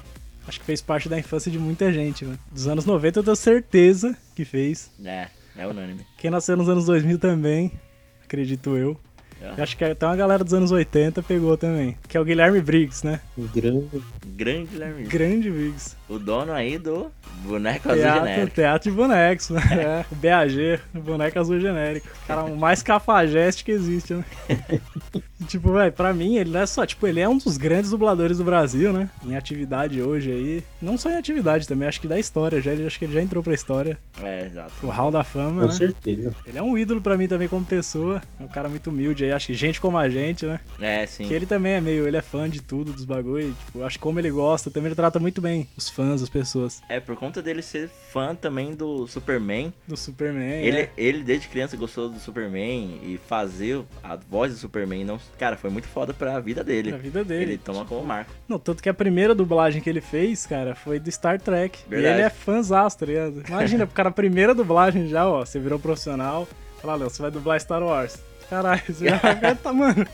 Speaker 2: acho que fez parte da infância de muita gente, né? Dos anos 90 eu tenho certeza que fez.
Speaker 1: É, é unânime.
Speaker 2: Quem nasceu nos anos 2000 também, acredito eu.
Speaker 1: É.
Speaker 2: Eu acho que até uma galera dos anos 80 pegou também. Que é o Guilherme Briggs, né?
Speaker 3: O Um grande
Speaker 1: Grande Guilherme.
Speaker 2: Grande Briggs.
Speaker 1: O dono aí do boneco azul
Speaker 2: Teatro,
Speaker 1: genérico.
Speaker 2: teatro de bonecos, né? É, BAG, boneco azul genérico. Cara, o mais cafajeste que existe, né? E, tipo, velho, pra mim, ele não é só. Tipo, ele é um dos grandes dubladores do Brasil, né? Em atividade hoje aí. Não só em atividade também, acho que da história já. Ele, acho que ele já entrou pra história.
Speaker 1: É, exato.
Speaker 2: Pro Hall da Fama,
Speaker 3: com
Speaker 2: né?
Speaker 3: certeza.
Speaker 2: Ele é um ídolo pra mim também como pessoa. É um cara muito humilde aí. Acho que gente como a gente, né?
Speaker 1: É, sim.
Speaker 2: Que ele também é meio. Ele é fã de tudo, dos bagulho. Tipo, acho que como ele gosta, também ele trata muito bem os fãs, as pessoas.
Speaker 1: É, por conta dele ser fã também do Superman.
Speaker 2: Do Superman. né?
Speaker 1: Ele, é- ele, desde criança, gostou do Superman e fazer a voz do Superman. Não... Cara, foi muito foda pra vida dele.
Speaker 2: Pra vida dele.
Speaker 1: Ele é toma como marco.
Speaker 2: Não, tanto que a primeira dublagem que ele fez, cara, foi do Star Trek. E
Speaker 1: Verdade.
Speaker 2: ele é fãzão, tá ligado? Imagina, pro cara, a primeira dublagem já, ó, você virou profissional. Fala, Léo, você vai dublar Star Wars. Caralho, você já vai tá, mano.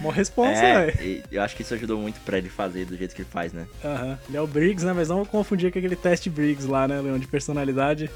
Speaker 2: Mó responsa, velho.
Speaker 1: É, e eu acho que isso ajudou muito pra ele fazer do jeito que ele faz, né?
Speaker 2: Aham. Ele é o Briggs, né? Mas não vou confundir com aquele teste Briggs lá, né, Leão, de personalidade.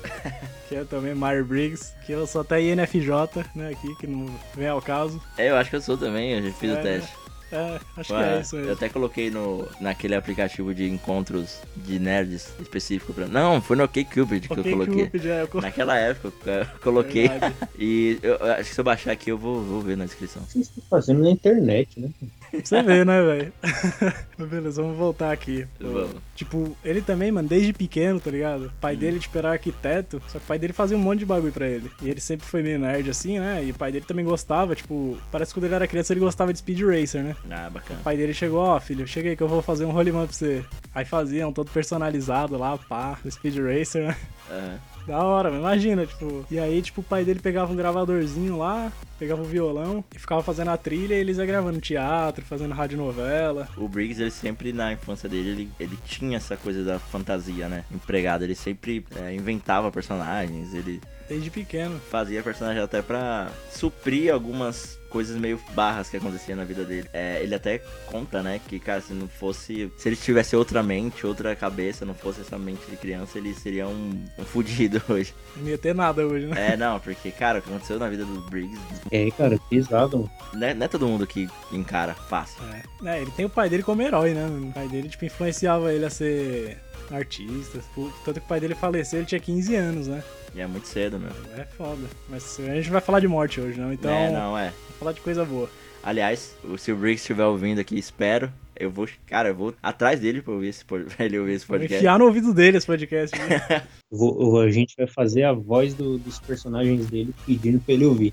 Speaker 2: que é também Mario Briggs. Que eu sou até INFJ, né, aqui, que não vem ao caso.
Speaker 1: É, eu acho que eu sou também, eu já fiz
Speaker 2: É,
Speaker 1: o teste.
Speaker 2: É, acho que
Speaker 1: Ué,
Speaker 2: é isso
Speaker 1: eu
Speaker 2: mesmo.
Speaker 1: até coloquei no, naquele aplicativo de encontros de nerds específico pra. Não, foi no OkCupid que eu coloquei.
Speaker 2: Cupid, é, eu co-
Speaker 1: Naquela época eu coloquei.
Speaker 2: Verdade.
Speaker 1: e eu, eu acho que se eu baixar aqui eu vou, vou ver na descrição.
Speaker 3: O que vocês estão fazendo na internet, né?
Speaker 2: Pra você ver, né, velho? Mas beleza, vamos voltar aqui.
Speaker 1: Vamos.
Speaker 2: Tipo, ele também, mano, desde pequeno, tá ligado? O pai dele, tipo, era arquiteto, só que o pai dele fazia um monte de bagulho pra ele. E ele sempre foi meio nerd, assim, né? E o pai dele também gostava, tipo, parece que quando ele era criança ele gostava de Speed Racer, né?
Speaker 1: Ah, bacana.
Speaker 2: O pai dele chegou, ó, filho, chega aí que eu vou fazer um rolimã pra você. Aí faziam, todo personalizado lá, pá, do Speed Racer, né?
Speaker 1: Aham.
Speaker 2: Da hora, mano, imagina, tipo. E aí, tipo, o pai dele pegava um gravadorzinho lá, pegava o violão e ficava fazendo a trilha e eles iam gravando teatro, fazendo radionovela.
Speaker 1: O Briggs, ele sempre, na infância dele, ele, ele tinha essa coisa da fantasia, né? Empregado. Ele sempre é, inventava personagens, ele
Speaker 2: Desde pequeno.
Speaker 1: fazia personagem até pra suprir algumas coisas meio barras que aconteciam na vida dele. É, ele até conta, né, que, cara, se não fosse... Se ele tivesse outra mente, outra cabeça, não fosse essa mente de criança, ele seria um, um fudido hoje.
Speaker 2: Não ia ter nada hoje, né?
Speaker 1: É, não, porque, cara, o que aconteceu na vida do Briggs,
Speaker 3: É, cara, é pesado. mano.
Speaker 1: né, não é todo mundo que encara fácil.
Speaker 2: É. É, ele tem o pai dele como herói, né? mano? O pai dele, tipo, influenciava ele a ser artista. tipo, Tanto que o pai dele faleceu, ele tinha 15 anos, né?
Speaker 1: E é muito cedo, meu.
Speaker 2: É foda. Mas a gente não vai falar de morte hoje, não. Então,
Speaker 1: É, não, é.
Speaker 2: vamos falar de coisa boa.
Speaker 1: Aliás, se o Briggs estiver ouvindo aqui, espero. Eu vou, cara, eu vou atrás dele pra, ouvir esse, pod- pra ele ouvir esse
Speaker 2: Vou
Speaker 1: podcast.
Speaker 2: enfiar no ouvido dele esse podcast. né?
Speaker 3: Vou- eu- a gente vai fazer a voz do- dos personagens dele pedindo pra ele ouvir.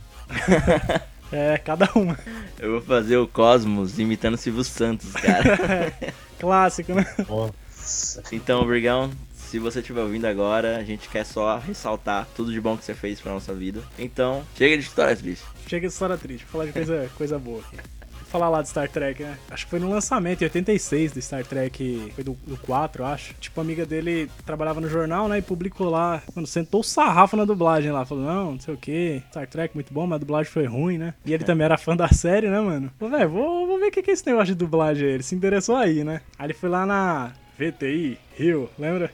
Speaker 2: É, cada uma.
Speaker 1: Eu vou fazer o Cosmos imitando Silvio Santos, cara.
Speaker 2: Clássico, né?
Speaker 3: Nossa.
Speaker 1: então, Brigão, se você estiver ouvindo agora, a gente quer só ressaltar tudo de bom que você fez pra nossa vida. Então, chega de histórias, bicho.
Speaker 2: Chega de história triste, vou falar de coisa, coisa boa aqui. Vou Falar lá de Star Trek, né? Acho que foi no lançamento, em 86, do Star Trek, foi do, do 4, eu acho. Tipo, a amiga dele trabalhava no jornal, né? E publicou lá. Mano, sentou o sarrafo na dublagem lá. Falou, não, não sei o que. Star Trek, muito bom, mas a dublagem foi ruim, né? E ele também era fã da série, né, mano? Falou, velho, vou, vou ver o que que é esse negócio de dublagem aí. Ele se interessou aí, né? Aí ele foi lá na VTI Rio, lembra?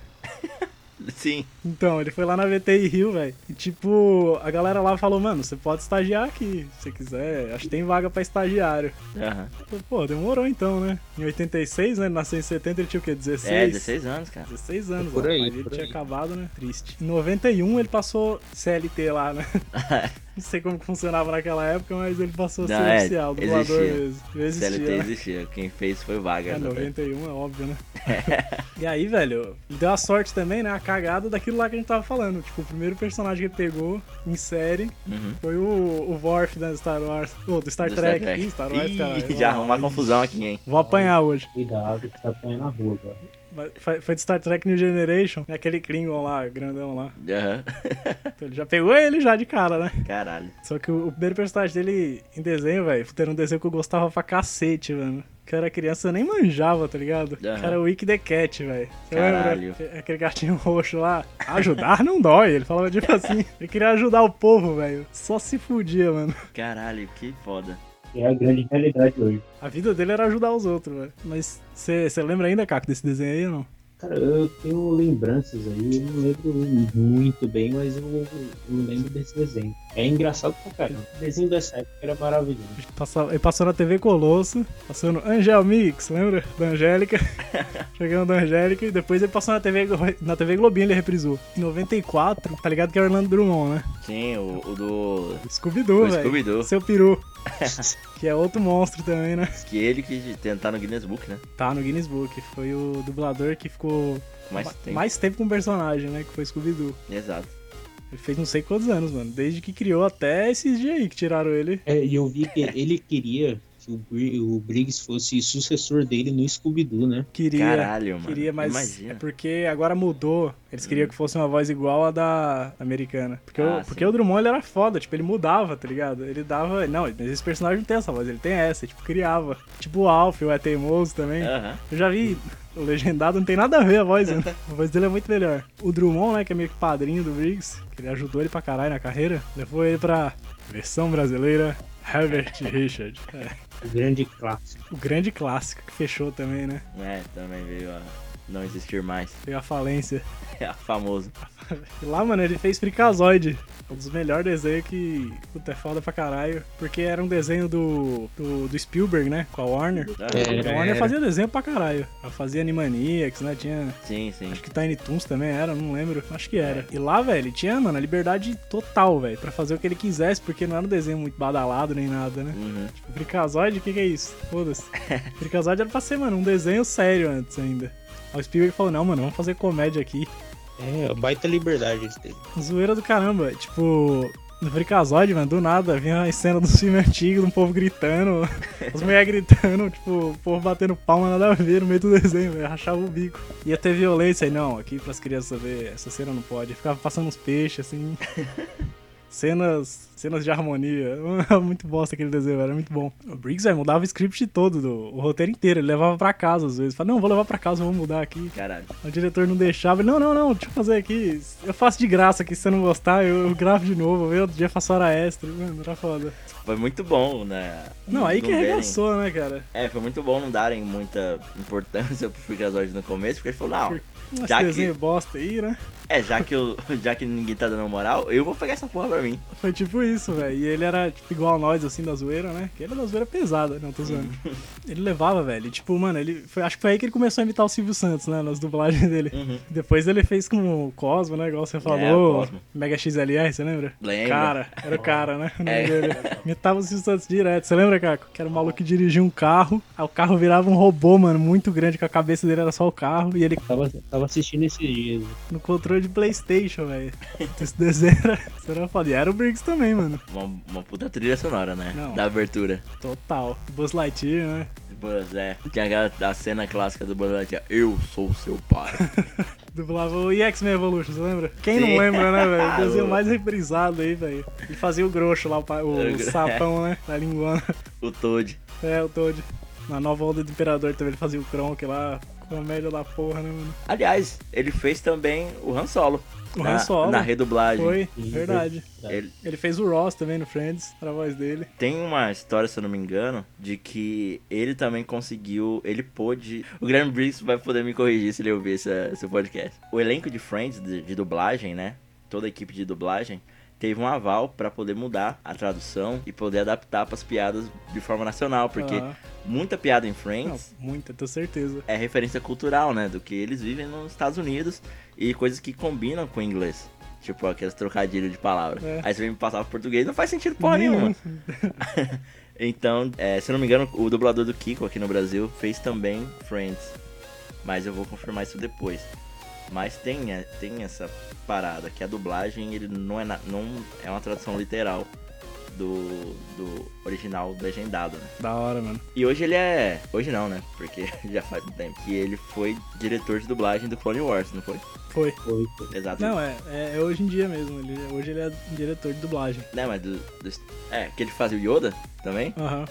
Speaker 1: Sim.
Speaker 2: Então, ele foi lá na VTI Rio, velho. E tipo, a galera lá falou, mano, você pode estagiar aqui, se você quiser. Acho que tem vaga pra estagiário.
Speaker 1: Aham.
Speaker 2: Eu falei, Pô, demorou então, né? Em 86, né? Ele nasceu em 70, ele tinha o quê? 16?
Speaker 1: É, 16 anos, cara.
Speaker 2: 16 anos,
Speaker 3: É Por
Speaker 2: ó.
Speaker 3: aí,
Speaker 2: Mas ele
Speaker 3: por
Speaker 2: tinha
Speaker 3: aí.
Speaker 2: acabado, né? Triste. Em 91 ele passou CLT lá, né? Não sei como que funcionava naquela época, mas ele passou a ser
Speaker 1: Não, é,
Speaker 2: oficial, dublador
Speaker 1: existia.
Speaker 2: mesmo. Já existia,
Speaker 1: CLT
Speaker 2: né?
Speaker 1: existia. Quem fez foi Vagas.
Speaker 2: É,
Speaker 1: né, velho?
Speaker 2: 91 é óbvio, né? e aí, velho, ele deu a sorte também, né? A cagada daquilo lá que a gente tava falando. Tipo, o primeiro personagem que ele pegou em série
Speaker 1: Uhum.
Speaker 2: foi o, o Worf da Star Wars. Ou do Star
Speaker 1: Do
Speaker 2: Trek. Ih, Star Wars,
Speaker 1: Ih,
Speaker 2: caralho.
Speaker 1: já arruma confusão aqui, hein?
Speaker 2: Vou apanhar hoje.
Speaker 3: Cuidado que tá apanhando na rua, cara.
Speaker 2: Mas Foi foi de Star Trek New Generation, né? aquele Klingon lá, grandão lá.
Speaker 1: Aham.
Speaker 2: Então ele já pegou ele já de cara, né?
Speaker 1: Caralho.
Speaker 2: Só que o, o primeiro personagem dele em desenho, velho, era um desenho que eu gostava pra cacete, mano. Que eu era criança, eu nem manjava, tá ligado?
Speaker 1: Aham.
Speaker 2: Que era o Wick the Cat, velho. Você
Speaker 1: Caralho.
Speaker 2: lembra? Aquele gatinho roxo lá. Ajudar não dói. Ele falava tipo assim. Ele queria ajudar o povo, velho. Só se fudia, mano.
Speaker 1: Caralho, que foda.
Speaker 3: É a grande realidade hoje.
Speaker 2: A vida dele era ajudar os outros, velho. Mas você você lembra ainda, Caco, desse desenho aí ou não?
Speaker 3: Cara, eu tenho lembranças aí, eu não lembro muito bem, mas eu, eu lembro desse desenho. É engraçado pra caramba. O desenho dessa época era maravilhoso.
Speaker 2: Passava- ele passou na TV Colosso, passou no Angel Mix, lembra? Da Angélica. Chegando da Angélica e depois ele passou na TV, Glo- na TV Globinho, ele reprisou. Em 94, tá ligado que é Orlando Drummond, né?
Speaker 1: Sim, o, o do.
Speaker 2: Scooby-Doo,
Speaker 1: O
Speaker 2: velho.
Speaker 1: Scooby-Doo.
Speaker 2: Seu peru. que é outro monstro também, né?
Speaker 1: Que ele que tentar no Guinness Book, né?
Speaker 2: Tá no Guinness Book. Foi o dublador que ficou
Speaker 1: Mas
Speaker 2: ma-
Speaker 1: tem.
Speaker 2: mais tempo com o personagem, né? Que foi Scooby-Doo.
Speaker 1: Exato.
Speaker 2: Ele fez não sei quantos anos, mano. Desde que criou até esses dias aí que tiraram ele.
Speaker 3: É, e eu vi que ele queria que o, Bri- o Briggs fosse sucessor dele no Scooby-Doo, né?
Speaker 2: Queria.
Speaker 1: Caralho, mano.
Speaker 2: Queria, mas
Speaker 1: Imagina. Hum.
Speaker 2: é porque agora mudou. Eles queriam que fosse uma voz igual a da americana. Porque,
Speaker 1: Ah,
Speaker 2: o,
Speaker 1: sim.
Speaker 2: porque o Drummond ele era foda, tipo, ele mudava, tá ligado? Ele dava. Não, mas esse personagem não tem essa voz, ele tem essa, tipo, criava. Tipo o Alf, o É Teimoso também.
Speaker 1: Aham.
Speaker 2: Eu já vi. O legendado não tem nada a ver a voz, né? A voz dele é muito melhor. O Drummond, né, que é meio que padrinho do Briggs, que ele ajudou ele pra caralho na carreira, levou ele pra versão brasileira Herbert Richard. É,
Speaker 3: O grande clássico.
Speaker 2: o grande clássico que fechou também, né?
Speaker 1: É, também veio a não existir mais.
Speaker 2: Veio a falência.
Speaker 1: É famoso.
Speaker 2: E lá, mano, ele fez Fricazoide. Um dos melhores desenhos que. Puta, é foda pra caralho. Porque era um desenho do, do, do Spielberg, né? Com a Warner.
Speaker 1: Aham.
Speaker 2: A
Speaker 3: Era,
Speaker 2: Warner
Speaker 3: era.
Speaker 2: fazia desenho pra caralho. Ela fazia Animaniacs, né? Tinha.
Speaker 1: Sim, sim.
Speaker 2: Acho que Tiny Toons também era, não lembro. Acho que era. E lá, velho, ele tinha, mano, a liberdade total, velho, pra fazer o que ele quisesse, porque não era um desenho muito badalado nem nada, né?
Speaker 1: Uhum.
Speaker 2: Tipo, Fricazoide, o que, que é isso? Foda-se. Fricazoide era pra ser, mano, um desenho sério antes ainda. Aí o Spielberg falou: não, mano, vamos fazer comédia aqui.
Speaker 3: É, baita liberdade ele teve.
Speaker 2: Zoeira do caramba. Tipo, no Freakazoid, mano, do nada, vinha a cena dos filmes antigos, um povo gritando, as mulheres gritando, tipo, o povo batendo palma, nada a ver no meio do desenho, velho, rachava o bico. Ia ter violência aí, não, aqui pras crianças ver, essa cena não pode. Ficava passando uns peixes, assim. Cenas, cenas de harmonia. muito bosta aquele desenho, velho. Era muito bom. O Briggs, velho, mudava o script todo, do, o roteiro inteiro. Ele levava pra casa às vezes. Falava, não, vou levar pra casa, vou mudar aqui.
Speaker 1: Caralho.
Speaker 2: O diretor não deixava. ele, Não, não, não, deixa eu fazer aqui. Eu faço de graça aqui, se você não gostar, eu, eu gravo de novo. Eu outro dia faço hora extra. Mano, era foda.
Speaker 1: Foi muito bom, né?
Speaker 2: Não, aí que
Speaker 1: derem-
Speaker 2: arregaçou, né, cara?
Speaker 1: É, foi muito bom não darem muita importância pro Freakazoid no começo, porque ele falou, não,
Speaker 2: Esse
Speaker 1: Já que-
Speaker 2: desenho bosta aí, né?
Speaker 1: é, já que, eu, já que ninguém tá dando moral, eu vou pegar essa porra pra mim.
Speaker 2: Foi tipo isso, velho. E ele era tipo, igual a nós, assim, da zoeira, né? Que ele era da zoeira pesada, não, tô zoando.
Speaker 1: Uhum.
Speaker 2: ele levava, velho. e, Tipo, mano, ele. Foi, acho que foi aí que ele começou a imitar o Silvio Santos, né? Nas dublagens dele.
Speaker 1: Uhum. É,
Speaker 2: Depois ele fez com o Cosmo, né? Igual você
Speaker 1: o
Speaker 2: falou.
Speaker 1: Cosmo.
Speaker 2: Mega XLR, você lembra?
Speaker 1: Lembro.
Speaker 2: Cara, era o cara, né? O nome
Speaker 1: É.
Speaker 2: dele. Imitava o Silvio Santos direto. Você lembra, Caco? Que era um maluco que dirigia um carro. Aí o carro virava um robô, mano, muito grande, que a cabeça dele era só o carro. E ele
Speaker 3: Tava, tava assistindo esses dias.
Speaker 2: no controle de Playstation, velho. Esse desenho era, isso era foda. E era o Briggs também, mano.
Speaker 1: Uma, uma puta trilha sonora, né?
Speaker 2: Não.
Speaker 1: Da abertura.
Speaker 2: Total. Buzz Lightyear, né?
Speaker 1: Buzz, é. Tinha aquela a cena clássica do Buzz Lightyear. Eu sou seu pai.
Speaker 2: Dublava o X-Men Evolution, você lembra? Quem não
Speaker 1: Sim.
Speaker 2: lembra, né, velho? O
Speaker 1: Ah,
Speaker 2: desenho
Speaker 1: o-
Speaker 2: mais reprisado aí, velho. E fazia o grosso lá, o, pa- o
Speaker 1: Era o gro- É.
Speaker 2: sapão, né? Da linguana.
Speaker 1: o Toad.
Speaker 2: É, o Toad. Na nova onda do Imperador também ele fazia o Kronk lá. Comédia da porra, né, mano?
Speaker 1: Aliás, ele fez também o Han Solo.
Speaker 2: O
Speaker 1: na,
Speaker 2: Han Solo.
Speaker 1: Na redublagem.
Speaker 2: Foi,
Speaker 3: Sim,
Speaker 2: verdade.
Speaker 1: Ele
Speaker 2: Ele fez o Ross também no Friends, era a voz dele.
Speaker 1: tem uma história, se eu não me engano, de que ele também conseguiu, ele pôde. O Graham Briggs vai poder me corrigir se ele ouvir esse, esse podcast. O elenco de Friends de, de dublagem, né? Toda a equipe de dublagem teve um aval pra poder mudar a tradução e poder adaptar pras piadas de forma nacional, porque
Speaker 2: Ah,
Speaker 1: muita piada em
Speaker 2: não,
Speaker 1: Friends
Speaker 2: muita, tenho certeza.
Speaker 1: é referência cultural, né? Do que eles vivem nos Estados Unidos e coisas que combinam com o inglês. Tipo, aqueles trocadilhos de palavras.
Speaker 2: É.
Speaker 1: Aí você vem me passar pro português, não faz sentido porra nenhuma. então, é, se eu não me engano, o dublador do Kiko aqui no Brasil fez também Friends. Mas eu vou confirmar isso depois. Mas tem, é, tem essa parada, que a dublagem ele não é, na- não é uma tradução literal do, do original legendado, né?
Speaker 2: Da hora, mano.
Speaker 1: E hoje ele é. Hoje não, né? Porque já faz um tempo. Que ele foi diretor de dublagem do Clone Wars, não foi?
Speaker 2: Foi.
Speaker 3: Foi, foi.
Speaker 1: Exato.
Speaker 2: Não, é, é, é hoje em dia mesmo. Ele, hoje ele é diretor de dublagem.
Speaker 1: Né, mas do, do- É, que ele fazia o Yoda também? É,
Speaker 2: Aham.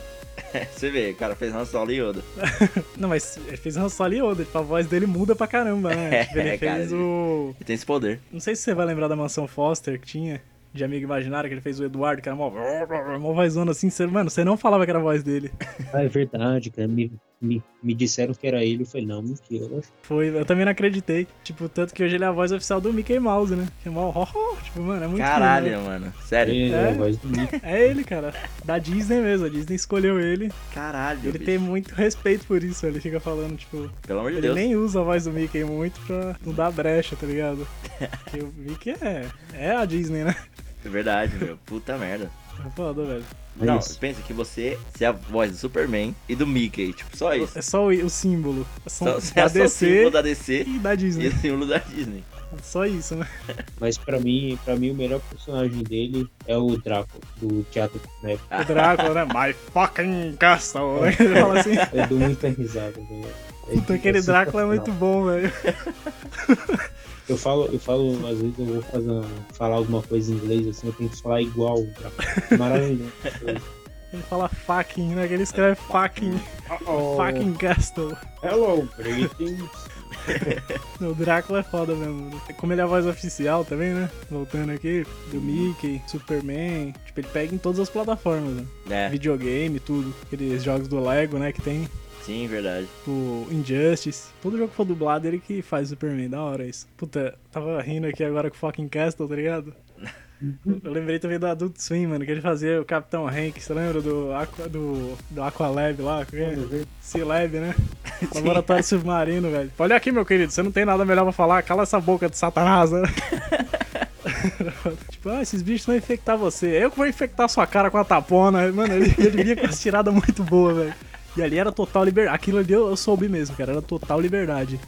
Speaker 1: Você vê, o cara fez uma solo Yoda.
Speaker 2: Não, mas ele fez Han Solo e Yoda, tipo, a voz dele muda pra caramba, né? Tipo, ele
Speaker 1: É, cara,
Speaker 2: fez
Speaker 1: ele-
Speaker 2: o...
Speaker 1: Ele tem esse poder.
Speaker 2: Não sei se você vai lembrar da mansão Foster que tinha, de Amigo Imaginário, que ele fez o Eduardo, que era mó, mó vozona assim. Você, mano, você não falava que era a voz dele.
Speaker 3: Ah, é verdade, cara. Me, me, me disseram que era ele. Eu falei, não, mentira.
Speaker 2: Foi, eu também não acreditei. Tipo, tanto que hoje ele é a voz oficial do Mickey Mouse, né? Que é mó, ho, ho, tipo, mano, é muito
Speaker 1: Caralho,
Speaker 2: foda,
Speaker 1: mano. Sério.
Speaker 3: É,
Speaker 2: É?
Speaker 3: a voz do Mickey.
Speaker 2: né? É ele, cara. Da Disney mesmo, a Disney escolheu ele.
Speaker 1: Caralho.
Speaker 2: Ele
Speaker 1: bicho.
Speaker 2: tem muito respeito por isso, ele fica falando, tipo,
Speaker 1: Pelo amor de
Speaker 2: Ele
Speaker 1: Deus.
Speaker 2: nem usa a voz do Mickey muito pra não dar brecha, tá ligado? Porque o Mickey é, é a Disney, né?
Speaker 1: É verdade, meu. Puta merda.
Speaker 2: É foda, velho.
Speaker 3: É
Speaker 1: não,
Speaker 3: isso.
Speaker 1: pensa que você você é a voz do Superman e do Mickey. Tipo, só isso.
Speaker 2: É só o, o símbolo.
Speaker 1: Só,
Speaker 2: São,
Speaker 1: você
Speaker 2: da
Speaker 1: é só o símbolo
Speaker 2: DC
Speaker 1: da DC
Speaker 2: e da
Speaker 1: e
Speaker 2: Disney.
Speaker 1: o símbolo da Disney.
Speaker 2: Só isso, né?
Speaker 3: Mas pra mim, pra mim, o melhor personagem dele é o Draco, do Teatro né?
Speaker 2: O Drácula, né? My fucking castle. né? Ele fala assim.
Speaker 3: Eu dou muita risada, velho. É
Speaker 2: Puta, aquele
Speaker 3: sensacional.
Speaker 2: Drácula é muito bom, velho.
Speaker 3: Eu falo, eu falo, às vezes eu vou fazer, uma- falar alguma coisa em inglês, assim, eu tenho que falar igual o Drácula. Maravilhoso.
Speaker 2: Ele fala fucking, né? Que ele escreve fucking, fucking castle.
Speaker 3: Oh, Hello, greetings.
Speaker 2: O Drácula é foda mesmo. né? Como ele é a voz oficial também, né? Voltando aqui, do Mickey, Superman. Tipo, ele pega em todas as plataformas, né?
Speaker 1: É,
Speaker 2: videogame, tudo. Aqueles jogos do Lego, né? Que tem
Speaker 1: sim, verdade.
Speaker 2: o tipo, Injustice. Todo jogo que for dublado, ele que faz o Superman. Da hora isso. Puta, tava rindo aqui agora com o fucking Castle, tá ligado? Eu lembrei também do Adult Swim, mano, que ele fazia o Capitão Hank, você lembra do Aqua, do, do Aqualab lá? Como é? C-Lab, né? Laboratório Submarino, velho. Olha aqui, meu querido, você não tem nada melhor pra falar, cala essa boca de satanás, né? Tipo, ah, esses bichos vão infectar você. Eu que vou infectar sua cara com a tapona. Mano, ele, ele vinha com as tiradas muito boas, velho. E ali era total liberdade. Aquilo ali eu, eu soube mesmo, cara. Era total liberdade.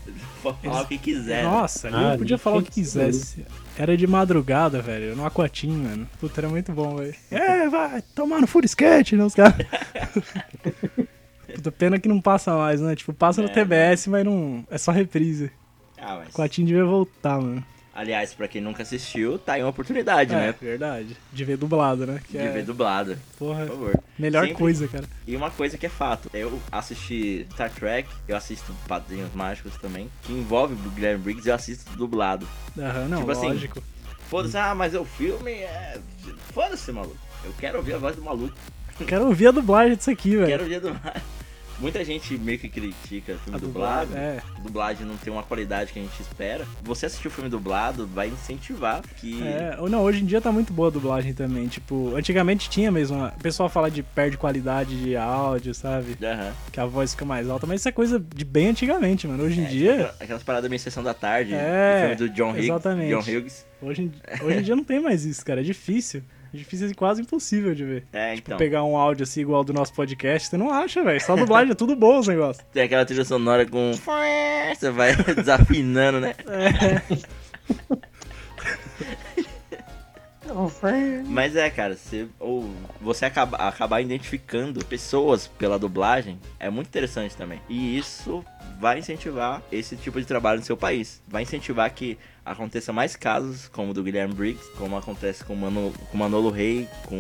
Speaker 1: Pode falar o que quiser. né?
Speaker 2: Nossa, ali eu
Speaker 3: Ah,
Speaker 2: podia
Speaker 3: ali
Speaker 2: falar o
Speaker 3: tem
Speaker 2: que
Speaker 3: que ser.
Speaker 2: quisesse. Era de madrugada, velho. No Aquatim, mano. Puta, era muito bom, velho. É, vai tomar no Furisquete, né, os caras? Puta, pena que não passa mais, né? Tipo, passa no
Speaker 1: É.
Speaker 2: TBS, mas não. É só reprise.
Speaker 1: Ah, mas...
Speaker 2: O Aquatim devia voltar, mano.
Speaker 1: Aliás, pra quem nunca assistiu, tá aí uma oportunidade,
Speaker 2: é,
Speaker 1: né?
Speaker 2: verdade. De ver dublado, né? Que
Speaker 1: De
Speaker 2: é,
Speaker 1: ver dublado,
Speaker 2: porra,
Speaker 1: por favor.
Speaker 2: melhor
Speaker 1: Sempre-
Speaker 2: coisa, cara.
Speaker 1: E uma coisa que é fato, eu assisti Star Trek, eu assisto Padrinhos Mágicos também, que envolve o Guilherme Briggs, eu assisto dublado.
Speaker 2: Aham, não,
Speaker 1: Tipo assim,
Speaker 2: lógico.
Speaker 1: Foda-se, ah, mas o filme é... Foda-se, maluco. Eu quero ouvir a voz do maluco,
Speaker 2: Quero ouvir a dublagem disso aqui, velho.
Speaker 1: quero ouvir a dublagem. Muita gente meio que critica filme dublado,
Speaker 2: É,
Speaker 1: dublagem não tem uma qualidade que a gente espera. Você assistir o filme dublado vai incentivar que...
Speaker 2: é. Ou Não, hoje em dia tá muito boa a dublagem também. Tipo, antigamente tinha mesmo. a- O pessoal fala de perde qualidade de áudio, sabe?
Speaker 1: Aham.
Speaker 2: Que a voz fica mais alta. Mas isso é coisa de bem antigamente, mano. Hoje em
Speaker 1: É,
Speaker 2: dia.
Speaker 1: aquela- Aquelas paradas meio Sessão da Tarde,
Speaker 2: É,
Speaker 1: filme do John Higgs,
Speaker 2: exatamente.
Speaker 1: John Hughes.
Speaker 2: Hoje, em- hoje em dia não tem mais isso, cara. É difícil. É Difícil e quase impossível de ver.
Speaker 1: É, então.
Speaker 2: Pegar um áudio assim igual ao do nosso podcast, você não acha, velho. Só dublagem é tudo bom os negócios.
Speaker 1: Tem aquela trilha sonora com. Você vai desafinando, né?
Speaker 2: É.
Speaker 1: Mas é, cara, se, ou você acaba, acabar identificando pessoas pela dublagem é muito interessante também. E isso vai incentivar esse tipo de trabalho no seu país. Vai incentivar que aconteça mais casos, como o do Guilherme Briggs, como acontece com o Mano, com o Manolo Rey, com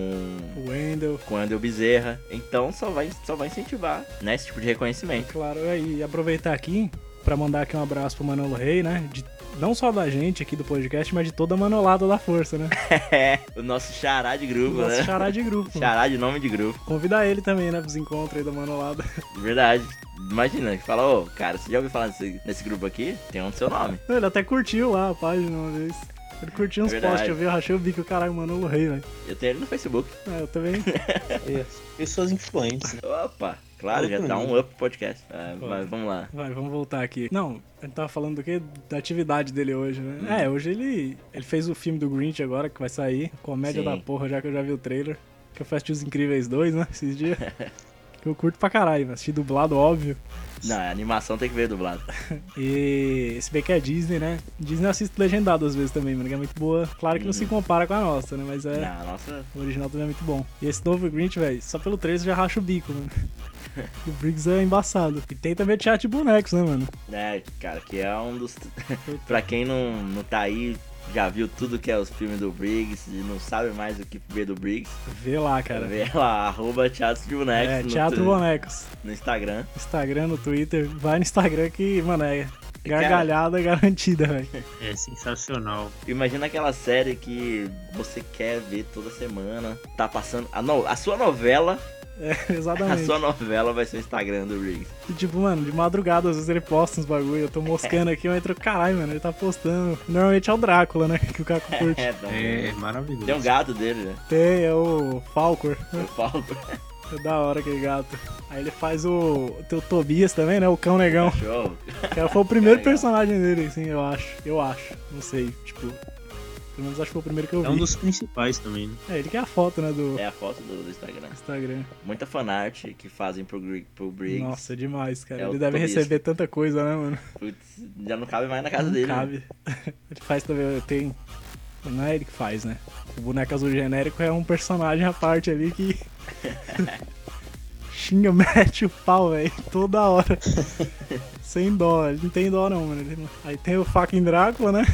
Speaker 2: O Wendel,
Speaker 1: com o Andrew Bezerra. Então só vai, só vai incentivar né, esse tipo de reconhecimento.
Speaker 2: claro. é, E aproveitar aqui pra mandar aqui um abraço pro Manolo Rei, né? De- não só da gente aqui do podcast, mas de toda a manolada da força, né?
Speaker 1: É, o nosso xará de grupo,
Speaker 2: Nosso
Speaker 1: né?
Speaker 2: chará de grupo. mano.
Speaker 1: Xará de nome de grupo,
Speaker 2: Convidar ele também, né, pros encontros aí da manolada.
Speaker 1: de verdade. Imagina, que fala, ô, cara, você já ouviu falar nesse, nesse grupo aqui? Tem um do seu nome.
Speaker 2: Ele até curtiu lá a página uma vez. Ele curtiu uns
Speaker 1: É Verdade.
Speaker 2: posts, eu vi, eu rachei o bico, caralho, Manolo Rei, velho.
Speaker 1: Eu tenho ele no Facebook.
Speaker 2: É, eu também.
Speaker 3: é, Pessoas influentes, né?
Speaker 1: Opa, claro, já tá
Speaker 2: né?
Speaker 1: um up pro podcast. É, mas vamos lá.
Speaker 2: Vai, vamos voltar aqui. Não, a gente tava falando do quê? Da atividade dele hoje,
Speaker 1: Uhum.
Speaker 2: né? É, hoje ele, ele fez o filme do Grinch agora, que vai sair. Comédia
Speaker 1: Sim.
Speaker 2: da porra, já que eu já vi o trailer. Que eu assisti Os Incríveis 2, né? Esses dias. que eu curto pra caralho, né? assisti dublado, óbvio.
Speaker 1: Não, a animação tem que ver dublado.
Speaker 2: E se bem que é Disney, né? Disney eu assisto legendado às vezes também, mano, que é muito boa. Claro que não se compara com a nossa, né? Mas é.
Speaker 1: Uhum. Não, nossa,
Speaker 2: O original também é muito bom. E esse novo Grinch, velho, só pelo 13 já racha o bico, mano. o Briggs é embaçado. E tem também o chat de bonecos, né, mano?
Speaker 1: né, cara, que é um dos. pra quem não, não tá aí, já viu tudo que é os filmes do Briggs e não sabe mais o que ver do Briggs,
Speaker 2: Vê lá, cara.
Speaker 1: vê lá, arroba Teatro de Bonecos
Speaker 2: É,
Speaker 1: no
Speaker 2: Teatro
Speaker 1: Twitter,
Speaker 2: Bonecos.
Speaker 1: no Instagram.
Speaker 2: Instagram, no Twitter. Vai no Instagram que, mano, é gargalhada garantida, velho.
Speaker 3: É sensacional.
Speaker 1: Imagina aquela série que você quer ver toda semana, tá passando. A, no- a sua novela,
Speaker 2: É,
Speaker 1: a
Speaker 2: exatamente.
Speaker 1: sua novela vai ser o Instagram do Briggs.
Speaker 2: E, Tipo, mano, de madrugada às vezes ele posta uns bagulho. Eu tô moscando aqui, eu entro, caralho, mano, ele tá postando. Normalmente é o Drácula, né? Que o Caco curte.
Speaker 1: É, também.
Speaker 3: maravilhoso.
Speaker 1: Tem um gato dele, né?
Speaker 2: Tem, é o Falcor.
Speaker 1: Eu falo.
Speaker 2: É da hora aquele gato. Aí ele faz o. Tem o Tobias também, né? O cão negão.
Speaker 1: Show.
Speaker 2: Cara, foi o primeiro
Speaker 1: legal.
Speaker 2: personagem dele, assim, eu acho. Eu acho. Não sei, tipo. Pelo menos acho que foi o primeiro que eu vi.
Speaker 3: É um dos principais também, né?
Speaker 2: É, ele que é a foto, né, do
Speaker 1: É a foto do, do Instagram.
Speaker 2: Instagram.
Speaker 1: Muita fanart que fazem pro, Grig- pro Briggs.
Speaker 2: Nossa, demais, cara.
Speaker 1: É
Speaker 2: ele
Speaker 1: o
Speaker 2: deve
Speaker 1: Tobias.
Speaker 2: receber tanta coisa, né, mano?
Speaker 1: Putz, já não cabe mais na casa
Speaker 2: Não
Speaker 1: dele. né?
Speaker 2: cabe. Ele faz também, tem. Não é ele que faz, né? O boneco azul genérico é um personagem à parte ali que. Xinga, mete o pau, velho, toda hora. Sem dó, ele não tem dó não, mano. Ele- Aí tem o fucking Drácula, né?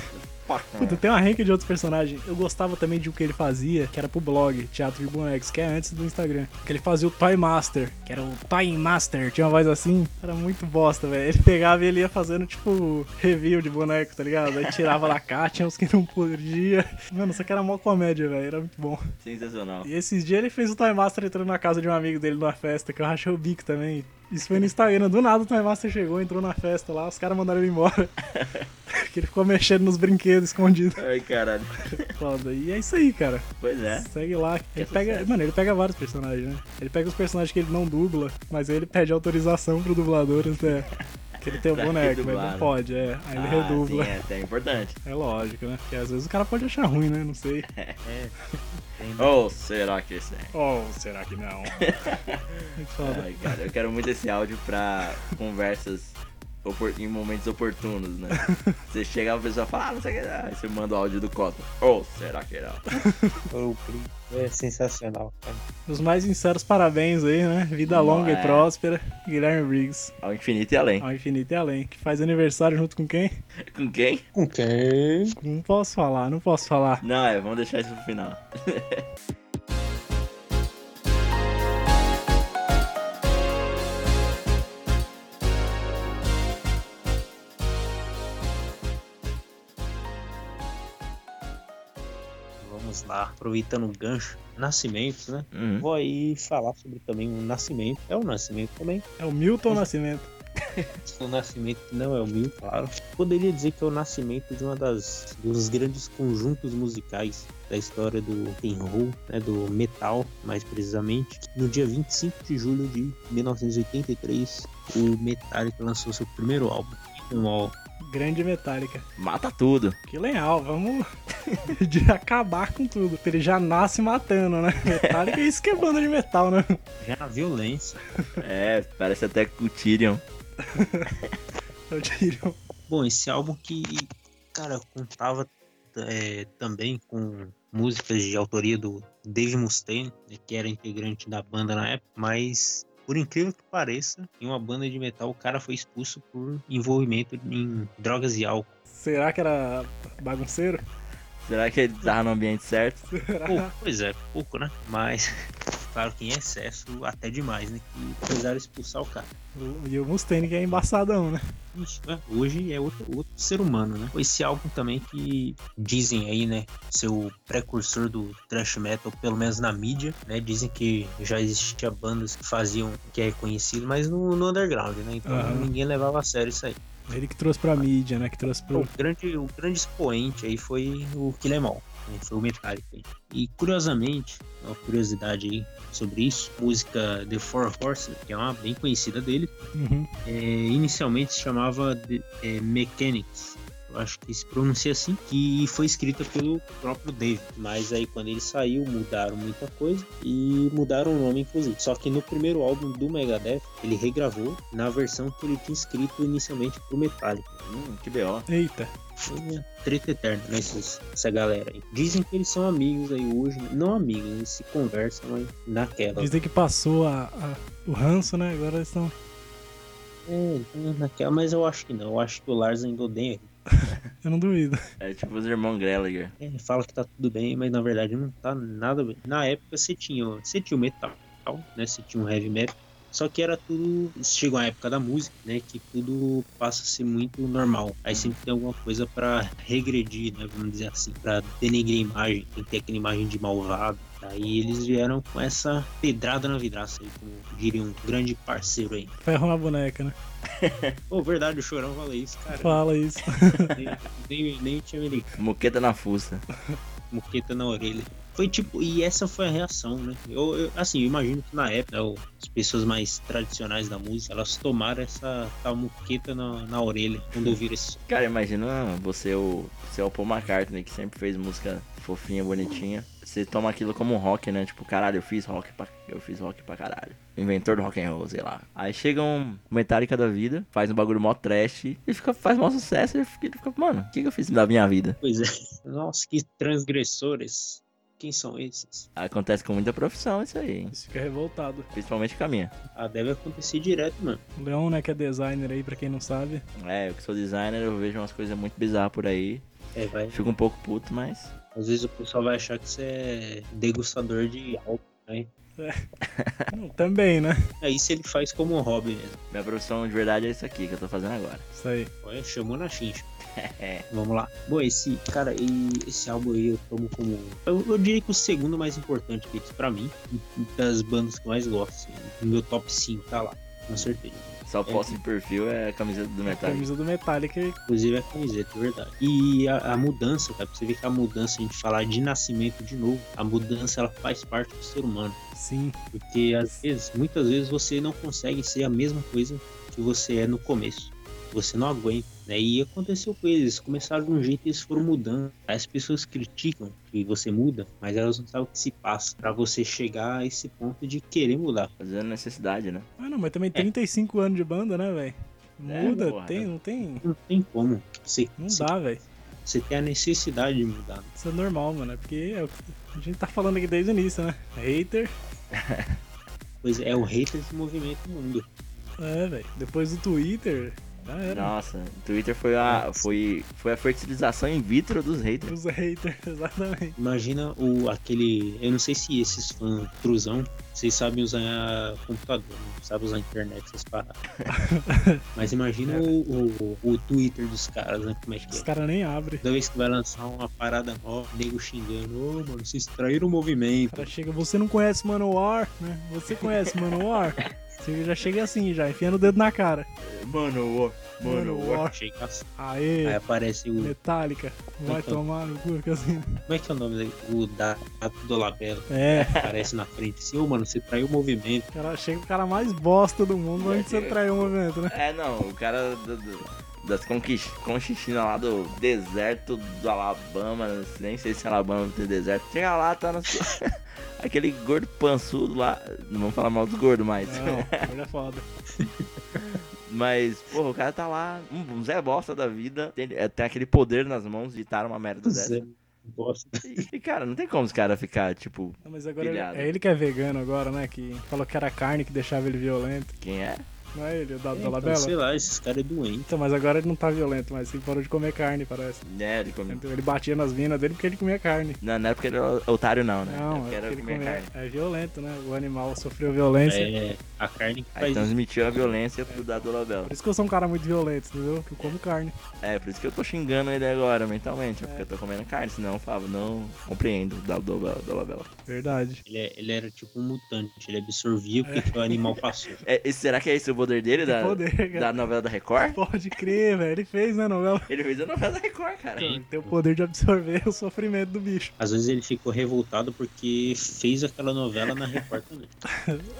Speaker 1: Pá. é
Speaker 2: Puta, tem uma rank de outros personagens. Eu gostava também de o que ele fazia, que era pro blog, Teatro de Bonecos, que é antes do Instagram. Que ele fazia o Toy Master, que era o Toy Master, tinha uma voz assim. Era muito bosta, velho. Ele pegava e ele ia fazendo, tipo, review de boneco, tá ligado? Aí tirava da cá, tinha uns que não podia. Mano, isso aqui era mó comédia, velho. Era muito bom.
Speaker 1: Sensacional.
Speaker 2: E esses dias ele fez o Toy Master entrando na casa de um amigo dele numa festa, que eu rachei o bico também. Isso foi no Instagram, do nada o Toy Master chegou, entrou na festa lá, os caras mandaram ele embora. que ele ficou mexendo nos brinquedos escondidos.
Speaker 1: Ai, caralho.
Speaker 2: Foda. E é isso aí, cara.
Speaker 1: Pois é.
Speaker 2: Segue lá. Ele
Speaker 1: sucesso.
Speaker 2: pega. Mano, ele pega vários personagens, né? Ele pega os personagens que ele não dubla, mas aí ele pede autorização pro dublador até. Que ele tem o
Speaker 1: Pra
Speaker 2: boneco, mas
Speaker 1: redublar,
Speaker 2: não
Speaker 1: né?
Speaker 2: pode, é. Aí ele
Speaker 1: Ah,
Speaker 2: redubla.
Speaker 1: Sim, é, até importante.
Speaker 2: é. lógico, né? Porque às vezes o cara pode achar ruim, né? Não sei.
Speaker 1: É.
Speaker 3: É.
Speaker 1: Ou será que isso é?
Speaker 2: Oh, será que não? Muito Foda.
Speaker 1: Ai, cara, eu quero muito esse áudio pra conversas opor- em momentos oportunos, né? Você chega e a pessoa fala, ah, não sei o que. é." Aí você manda o áudio do Cota. Ou será que não?
Speaker 3: É sensacional, cara.
Speaker 2: Os mais sinceros parabéns aí, né? Vida
Speaker 1: Não,
Speaker 2: longa e
Speaker 1: é.
Speaker 2: próspera. Guilherme Briggs,
Speaker 1: Ao infinito e além.
Speaker 2: ao infinito e além. Que faz aniversário junto com quem?
Speaker 1: Com quem?
Speaker 3: Com quem?
Speaker 2: Não posso falar, não posso falar.
Speaker 1: Não, é, vamos deixar isso pro final.
Speaker 3: Vamos lá, aproveitando o gancho, nascimento, né?
Speaker 1: Uhum.
Speaker 3: Vou aí falar sobre também o nascimento. É o nascimento também.
Speaker 2: É o Milton Nascimento.
Speaker 3: O nascimento não é o meu, claro. Poderia dizer que é o nascimento de uma das dos grandes conjuntos musicais da história do roll, né, do metal, mais precisamente. No dia 25 de julho de 1983, o Metallica lançou seu primeiro álbum. Um álbum
Speaker 2: Grande Metallica.
Speaker 1: Mata tudo.
Speaker 2: Que legal, vamos de acabar com tudo. Ele já nasce matando, né? Metallica é isso que é banda de metal, né?
Speaker 3: já na violência.
Speaker 1: É, parece até com o Tyrion.
Speaker 2: Eu diria.
Speaker 3: Bom, esse álbum que, cara, contava é, também com músicas de autoria do Dave Mustaine, né, que era integrante da banda na época, mas por incrível que pareça, em uma banda de metal o cara foi expulso por envolvimento em drogas e álcool.
Speaker 2: Será que era bagunceiro?
Speaker 1: Será que ele tava no ambiente certo?
Speaker 3: Pouco, pois é, pouco, né? Mas, claro que em excesso, até demais, né? Que precisaram expulsar o cara.
Speaker 2: O- E o Mustaine que é embaçadão, né?
Speaker 3: Ixi, né? Hoje é outro, outro ser humano, né? Esse álbum também que dizem aí, né? Seu precursor do thrash metal, pelo menos na mídia, né? Dizem que já existia bandas que faziam que é conhecido, mas no, no underground, né? Então
Speaker 2: Aham.
Speaker 3: ninguém levava a sério isso aí.
Speaker 2: Ele que trouxe pra mídia, né? Que trouxe pro.
Speaker 3: O grande, o grande expoente aí foi o Killer Mall, né? foi o Metallica. aí. E curiosamente, uma curiosidade aí sobre isso, a música The Four Horses, que é uma bem conhecida dele,
Speaker 2: Uhum.
Speaker 3: é, inicialmente se chamava The, é, Mechanics. Eu acho que se pronuncia assim, que foi escrita pelo próprio Dave. Mas aí quando ele saiu, mudaram muita coisa e mudaram o nome, inclusive. Só que no primeiro álbum do Megadeth, ele regravou na versão que ele tinha escrito inicialmente pro Metallica.
Speaker 1: Hum, que B.O.
Speaker 2: Eita.
Speaker 3: Uma treta eterna, né? esses- essa galera aí. Dizem que eles são amigos aí hoje, né? não amigos, eles se conversam mas naquela.
Speaker 2: Dizem que passou a, a- o ranço, né? Agora eles estão.
Speaker 3: É, então, naquela, mas eu acho que não, eu acho que o Lars ainda odeia. ele.
Speaker 2: Eu não duvido.
Speaker 1: É tipo os irmãos Gallagher.
Speaker 3: É, Ele fala que tá tudo bem, mas na verdade não tá nada bem. Na época você tinha, você tinha o metal, né? Você tinha o heavy metal. Só que era tudo. Chegou a época da música, né? Que tudo passa a ser muito normal. Aí sempre tem alguma coisa pra regredir, né? Vamos dizer assim, pra denegrir a imagem, tem que ter aquela imagem de malvado. Aí eles vieram com essa pedrada na vidraça aí, como diria um grande parceiro aí.
Speaker 2: Ferro na boneca, né?
Speaker 3: Pô, verdade, o chorão fala isso, cara.
Speaker 2: Fala isso.
Speaker 3: nem, nem, nem tinha me ligado.
Speaker 1: Moqueta na fuça.
Speaker 3: moqueta na orelha. Foi tipo, e essa foi a reação, né? Eu, eu- assim, eu imagino que na época, né, as pessoas mais tradicionais da música, elas tomaram essa tal moqueta na, na orelha quando ouviram esse tipo som.
Speaker 1: Cara, imagina você, o, você é o Paul McCartney, que sempre fez música fofinha, bonitinha. Você toma aquilo como um rock, né? Tipo, caralho, eu fiz rock pra, eu fiz rock pra caralho. Inventor do rock and roll, sei lá. Aí chega um Metallica da vida, faz um bagulho mó trash, e fica, faz mó sucesso, e ele fica, ele fica, mano, o que, que eu fiz da minha vida?
Speaker 3: Pois é. Nossa, que transgressores. Quem são esses?
Speaker 1: Acontece com muita profissão isso aí, hein?
Speaker 2: Eles ficam revoltados.
Speaker 1: Principalmente com a minha.
Speaker 3: Ah, deve acontecer direto, mano.
Speaker 2: O Leon, né? Que é designer aí, pra quem não sabe.
Speaker 1: É, eu que sou designer, eu vejo umas coisas muito bizarras por aí.
Speaker 3: É, vai.
Speaker 1: Fico um pouco puto, mas.
Speaker 3: Às vezes o pessoal vai achar que você é degustador de álcool, né?
Speaker 2: Hum, Também, né?
Speaker 3: Aí se ele faz como um hobby mesmo.
Speaker 1: Minha profissão de verdade é isso aqui que eu tô fazendo agora.
Speaker 2: Isso aí.
Speaker 3: Olha, chamou na chincha.
Speaker 1: É.
Speaker 3: Vamos lá. Bom, esse, cara, e esse álbum aí eu tomo como. Eu, eu diria que o segundo mais importante deles pra mim, das bandas que eu mais gosto. assim, no meu top 5 tá lá, com certeza.
Speaker 1: Só posto de perfil é a camiseta do Metallica.
Speaker 2: Camisa do Metallica.
Speaker 3: Inclusive a camiseta, é verdade. E a, a mudança, cara, pra você ver que a mudança, a gente falar de nascimento de novo, a mudança ela faz parte do ser humano.
Speaker 2: Sim.
Speaker 3: Porque às vezes, muitas vezes você não consegue ser a mesma coisa que você é no começo. Você não aguenta, né? E aconteceu com eles, eles começaram de um jeito e eles foram mudando. Aí As pessoas criticam que você muda, mas elas não sabem o que se passa pra você chegar a esse ponto de querer mudar.
Speaker 1: Fazendo necessidade, né?
Speaker 2: Ah, não, mas também 35 anos de banda, né, velho?
Speaker 1: É,
Speaker 2: Muda,
Speaker 1: porra.
Speaker 2: tem, não tem.
Speaker 3: Não tem como. Você,
Speaker 2: Não
Speaker 3: você,
Speaker 2: dá, velho.
Speaker 3: você tem a necessidade de mudar.
Speaker 2: Isso é normal, mano. É porque é o que a gente tá falando aqui desde o início, né? Hater.
Speaker 3: Pois é, é o hater que movimenta o mundo.
Speaker 2: É, velho. Depois do Twitter, já era.
Speaker 1: Nossa, o Twitter foi a, foi, foi a fertilização in vitro dos haters.
Speaker 2: Os haters, exatamente.
Speaker 3: Imagina o aquele. Eu não sei se esses fãs truzão, vocês sabem usar computador, não sabem usar internet, essas paradas. Mas imagina
Speaker 1: É.
Speaker 3: o, o, o Twitter dos caras, né? Como é que
Speaker 2: Os
Speaker 3: é?
Speaker 2: caras nem abrem.
Speaker 3: Toda vez que vai lançar uma parada nova, nego xingando, ô mano, vocês traíram o
Speaker 2: O
Speaker 3: movimento.
Speaker 2: cara chega, você não conhece Manowar, né? Você conhece Manowar? Você já chega assim, já, enfiando o dedo na cara.
Speaker 1: Mano,
Speaker 2: Manowar.
Speaker 3: Chega assim.
Speaker 2: Aê,
Speaker 3: Aí aparece o.
Speaker 2: Metallica. Vai
Speaker 3: Então.
Speaker 2: tomar no cu, fica assim.
Speaker 3: Como é que é o nome dele? O da Dato do Labelo.
Speaker 2: É,
Speaker 3: Aparece na frente assim, ô mano, você traiu o movimento.
Speaker 2: o cara chega o cara mais bosta do mundo pra onde você traiu o movimento, né?
Speaker 1: É, não, o cara do, do- das conquist- conquistinas lá do deserto do Alabama, nem sei se é Alabama tem deserto. Chega lá, tá no... aquele gordo pançudo lá. Não vamos falar mal dos gordos, mas.
Speaker 2: Não, ele é foda.
Speaker 1: Mas, porra, o cara tá lá, um um Zé Bosta da vida, tem, é, tem aquele poder nas mãos de estar uma merda dessa.
Speaker 3: Zé, Gosto.
Speaker 1: E, e, cara, não tem como os caras ficar, tipo,
Speaker 2: Não, mas agora ele,
Speaker 1: Pilhado.
Speaker 2: é ele que é vegano agora, né? Que falou que era carne que deixava ele violento.
Speaker 1: quem é?
Speaker 2: Não é ele, o dado da
Speaker 3: Então,
Speaker 2: Labela?
Speaker 3: sei lá, esses caras é doente.
Speaker 2: Então, mas agora ele não tá violento, mas ele parou de comer carne, parece.
Speaker 1: É, ele come...
Speaker 2: Então ele batia nas minas dele porque ele comia carne.
Speaker 1: Não, não é porque ele era otário, não, né? é
Speaker 2: Não,
Speaker 1: porque
Speaker 2: é
Speaker 1: era
Speaker 2: porque ele
Speaker 1: comer
Speaker 2: comia.
Speaker 1: carne.
Speaker 2: É violento, né? O animal sofreu violência.
Speaker 3: É, a carne que
Speaker 1: Aí
Speaker 3: faz isso.
Speaker 1: transmitiu a violência pro Dado Labela.
Speaker 2: Por isso que eu sou um cara muito violento, entendeu? Que eu como carne.
Speaker 1: É, por isso que eu tô xingando ele agora mentalmente, é porque eu tô comendo carne, senão eu falava, não compreendo o Dado Labela- Dado Labela.
Speaker 2: Verdade.
Speaker 3: Ele, é- ele era tipo um mutante, ele absorvia o que, que o animal passou.
Speaker 1: É, e será que é esse o poder dele da,
Speaker 2: poder, cara.
Speaker 1: da novela da Record?
Speaker 2: Pode crer, velho. Ele fez, né, novela?
Speaker 1: Ele fez a novela da Record, cara.
Speaker 3: Sim.
Speaker 2: Tem o poder de absorver o sofrimento do bicho.
Speaker 3: Às vezes ele ficou revoltado porque fez aquela novela na Record também.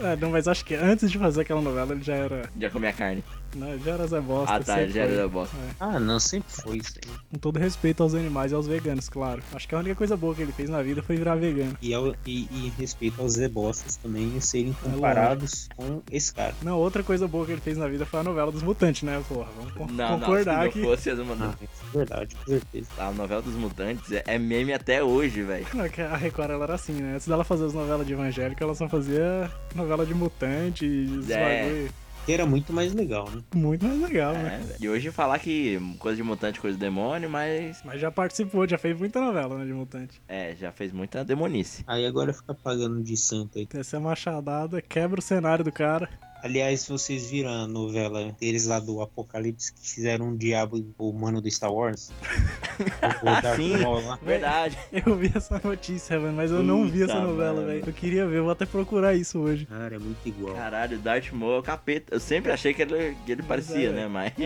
Speaker 2: É, não, mas acho que antes de fazer aquela novela ele já era.
Speaker 1: Já comi a carne.
Speaker 2: Não, ele já era Zé Bosta.
Speaker 1: ah, tá,
Speaker 2: sempre
Speaker 1: já
Speaker 2: foi. É.
Speaker 1: era da bosta.
Speaker 3: Ah, não, sempre foi isso aí.
Speaker 2: Com todo respeito aos animais e aos veganos, claro. Acho que a única coisa boa que ele fez na vida foi virar vegano.
Speaker 3: E, ao, e, e respeito aos deboches também serem comparados com esse cara.
Speaker 2: Não, outra coisa boa que ele fez na vida foi a novela dos mutantes, né? Porra, vamos con-
Speaker 1: Não,
Speaker 2: concordar
Speaker 1: não,
Speaker 2: Ah.
Speaker 1: se
Speaker 2: que.
Speaker 1: não fosse a, do-
Speaker 3: Ah, isso é verdade, com certeza.
Speaker 1: a novela dos mutantes é, é meme até hoje, velho.
Speaker 2: Não, que A Record ela era assim, né? Antes dela fazer as novelas de evangélico, ela só fazia novela de mutante e esses
Speaker 1: É.
Speaker 2: bagulho.
Speaker 3: Que era muito mais legal, né?
Speaker 2: Muito mais legal, né?
Speaker 1: É, velho. e hoje falar que coisa de mutante, coisa de demônio, mas.
Speaker 2: Mas já participou, já fez muita novela, né, de mutante.
Speaker 1: É, já fez muita demonice.
Speaker 3: Aí agora fica pagando de santo aí.
Speaker 2: Tem essa machadada, quebra o cenário do cara.
Speaker 3: Aliás, se vocês viram a novela deles lá do Apocalipse que fizeram um diabo o mano do Star Wars? O Darth
Speaker 1: Sim.
Speaker 3: Maul lá.
Speaker 1: Verdade.
Speaker 2: Eu vi essa notícia, mano, mas eu não vi essa
Speaker 1: Puta,
Speaker 2: novela,
Speaker 1: mano.
Speaker 2: velho. Eu queria ver, eu vou até procurar isso hoje.
Speaker 3: Cara, é muito igual.
Speaker 1: Caralho, Darth Maul é o capeta. Eu sempre achei que ele, que ele parecia,
Speaker 2: é.
Speaker 1: né? Mas.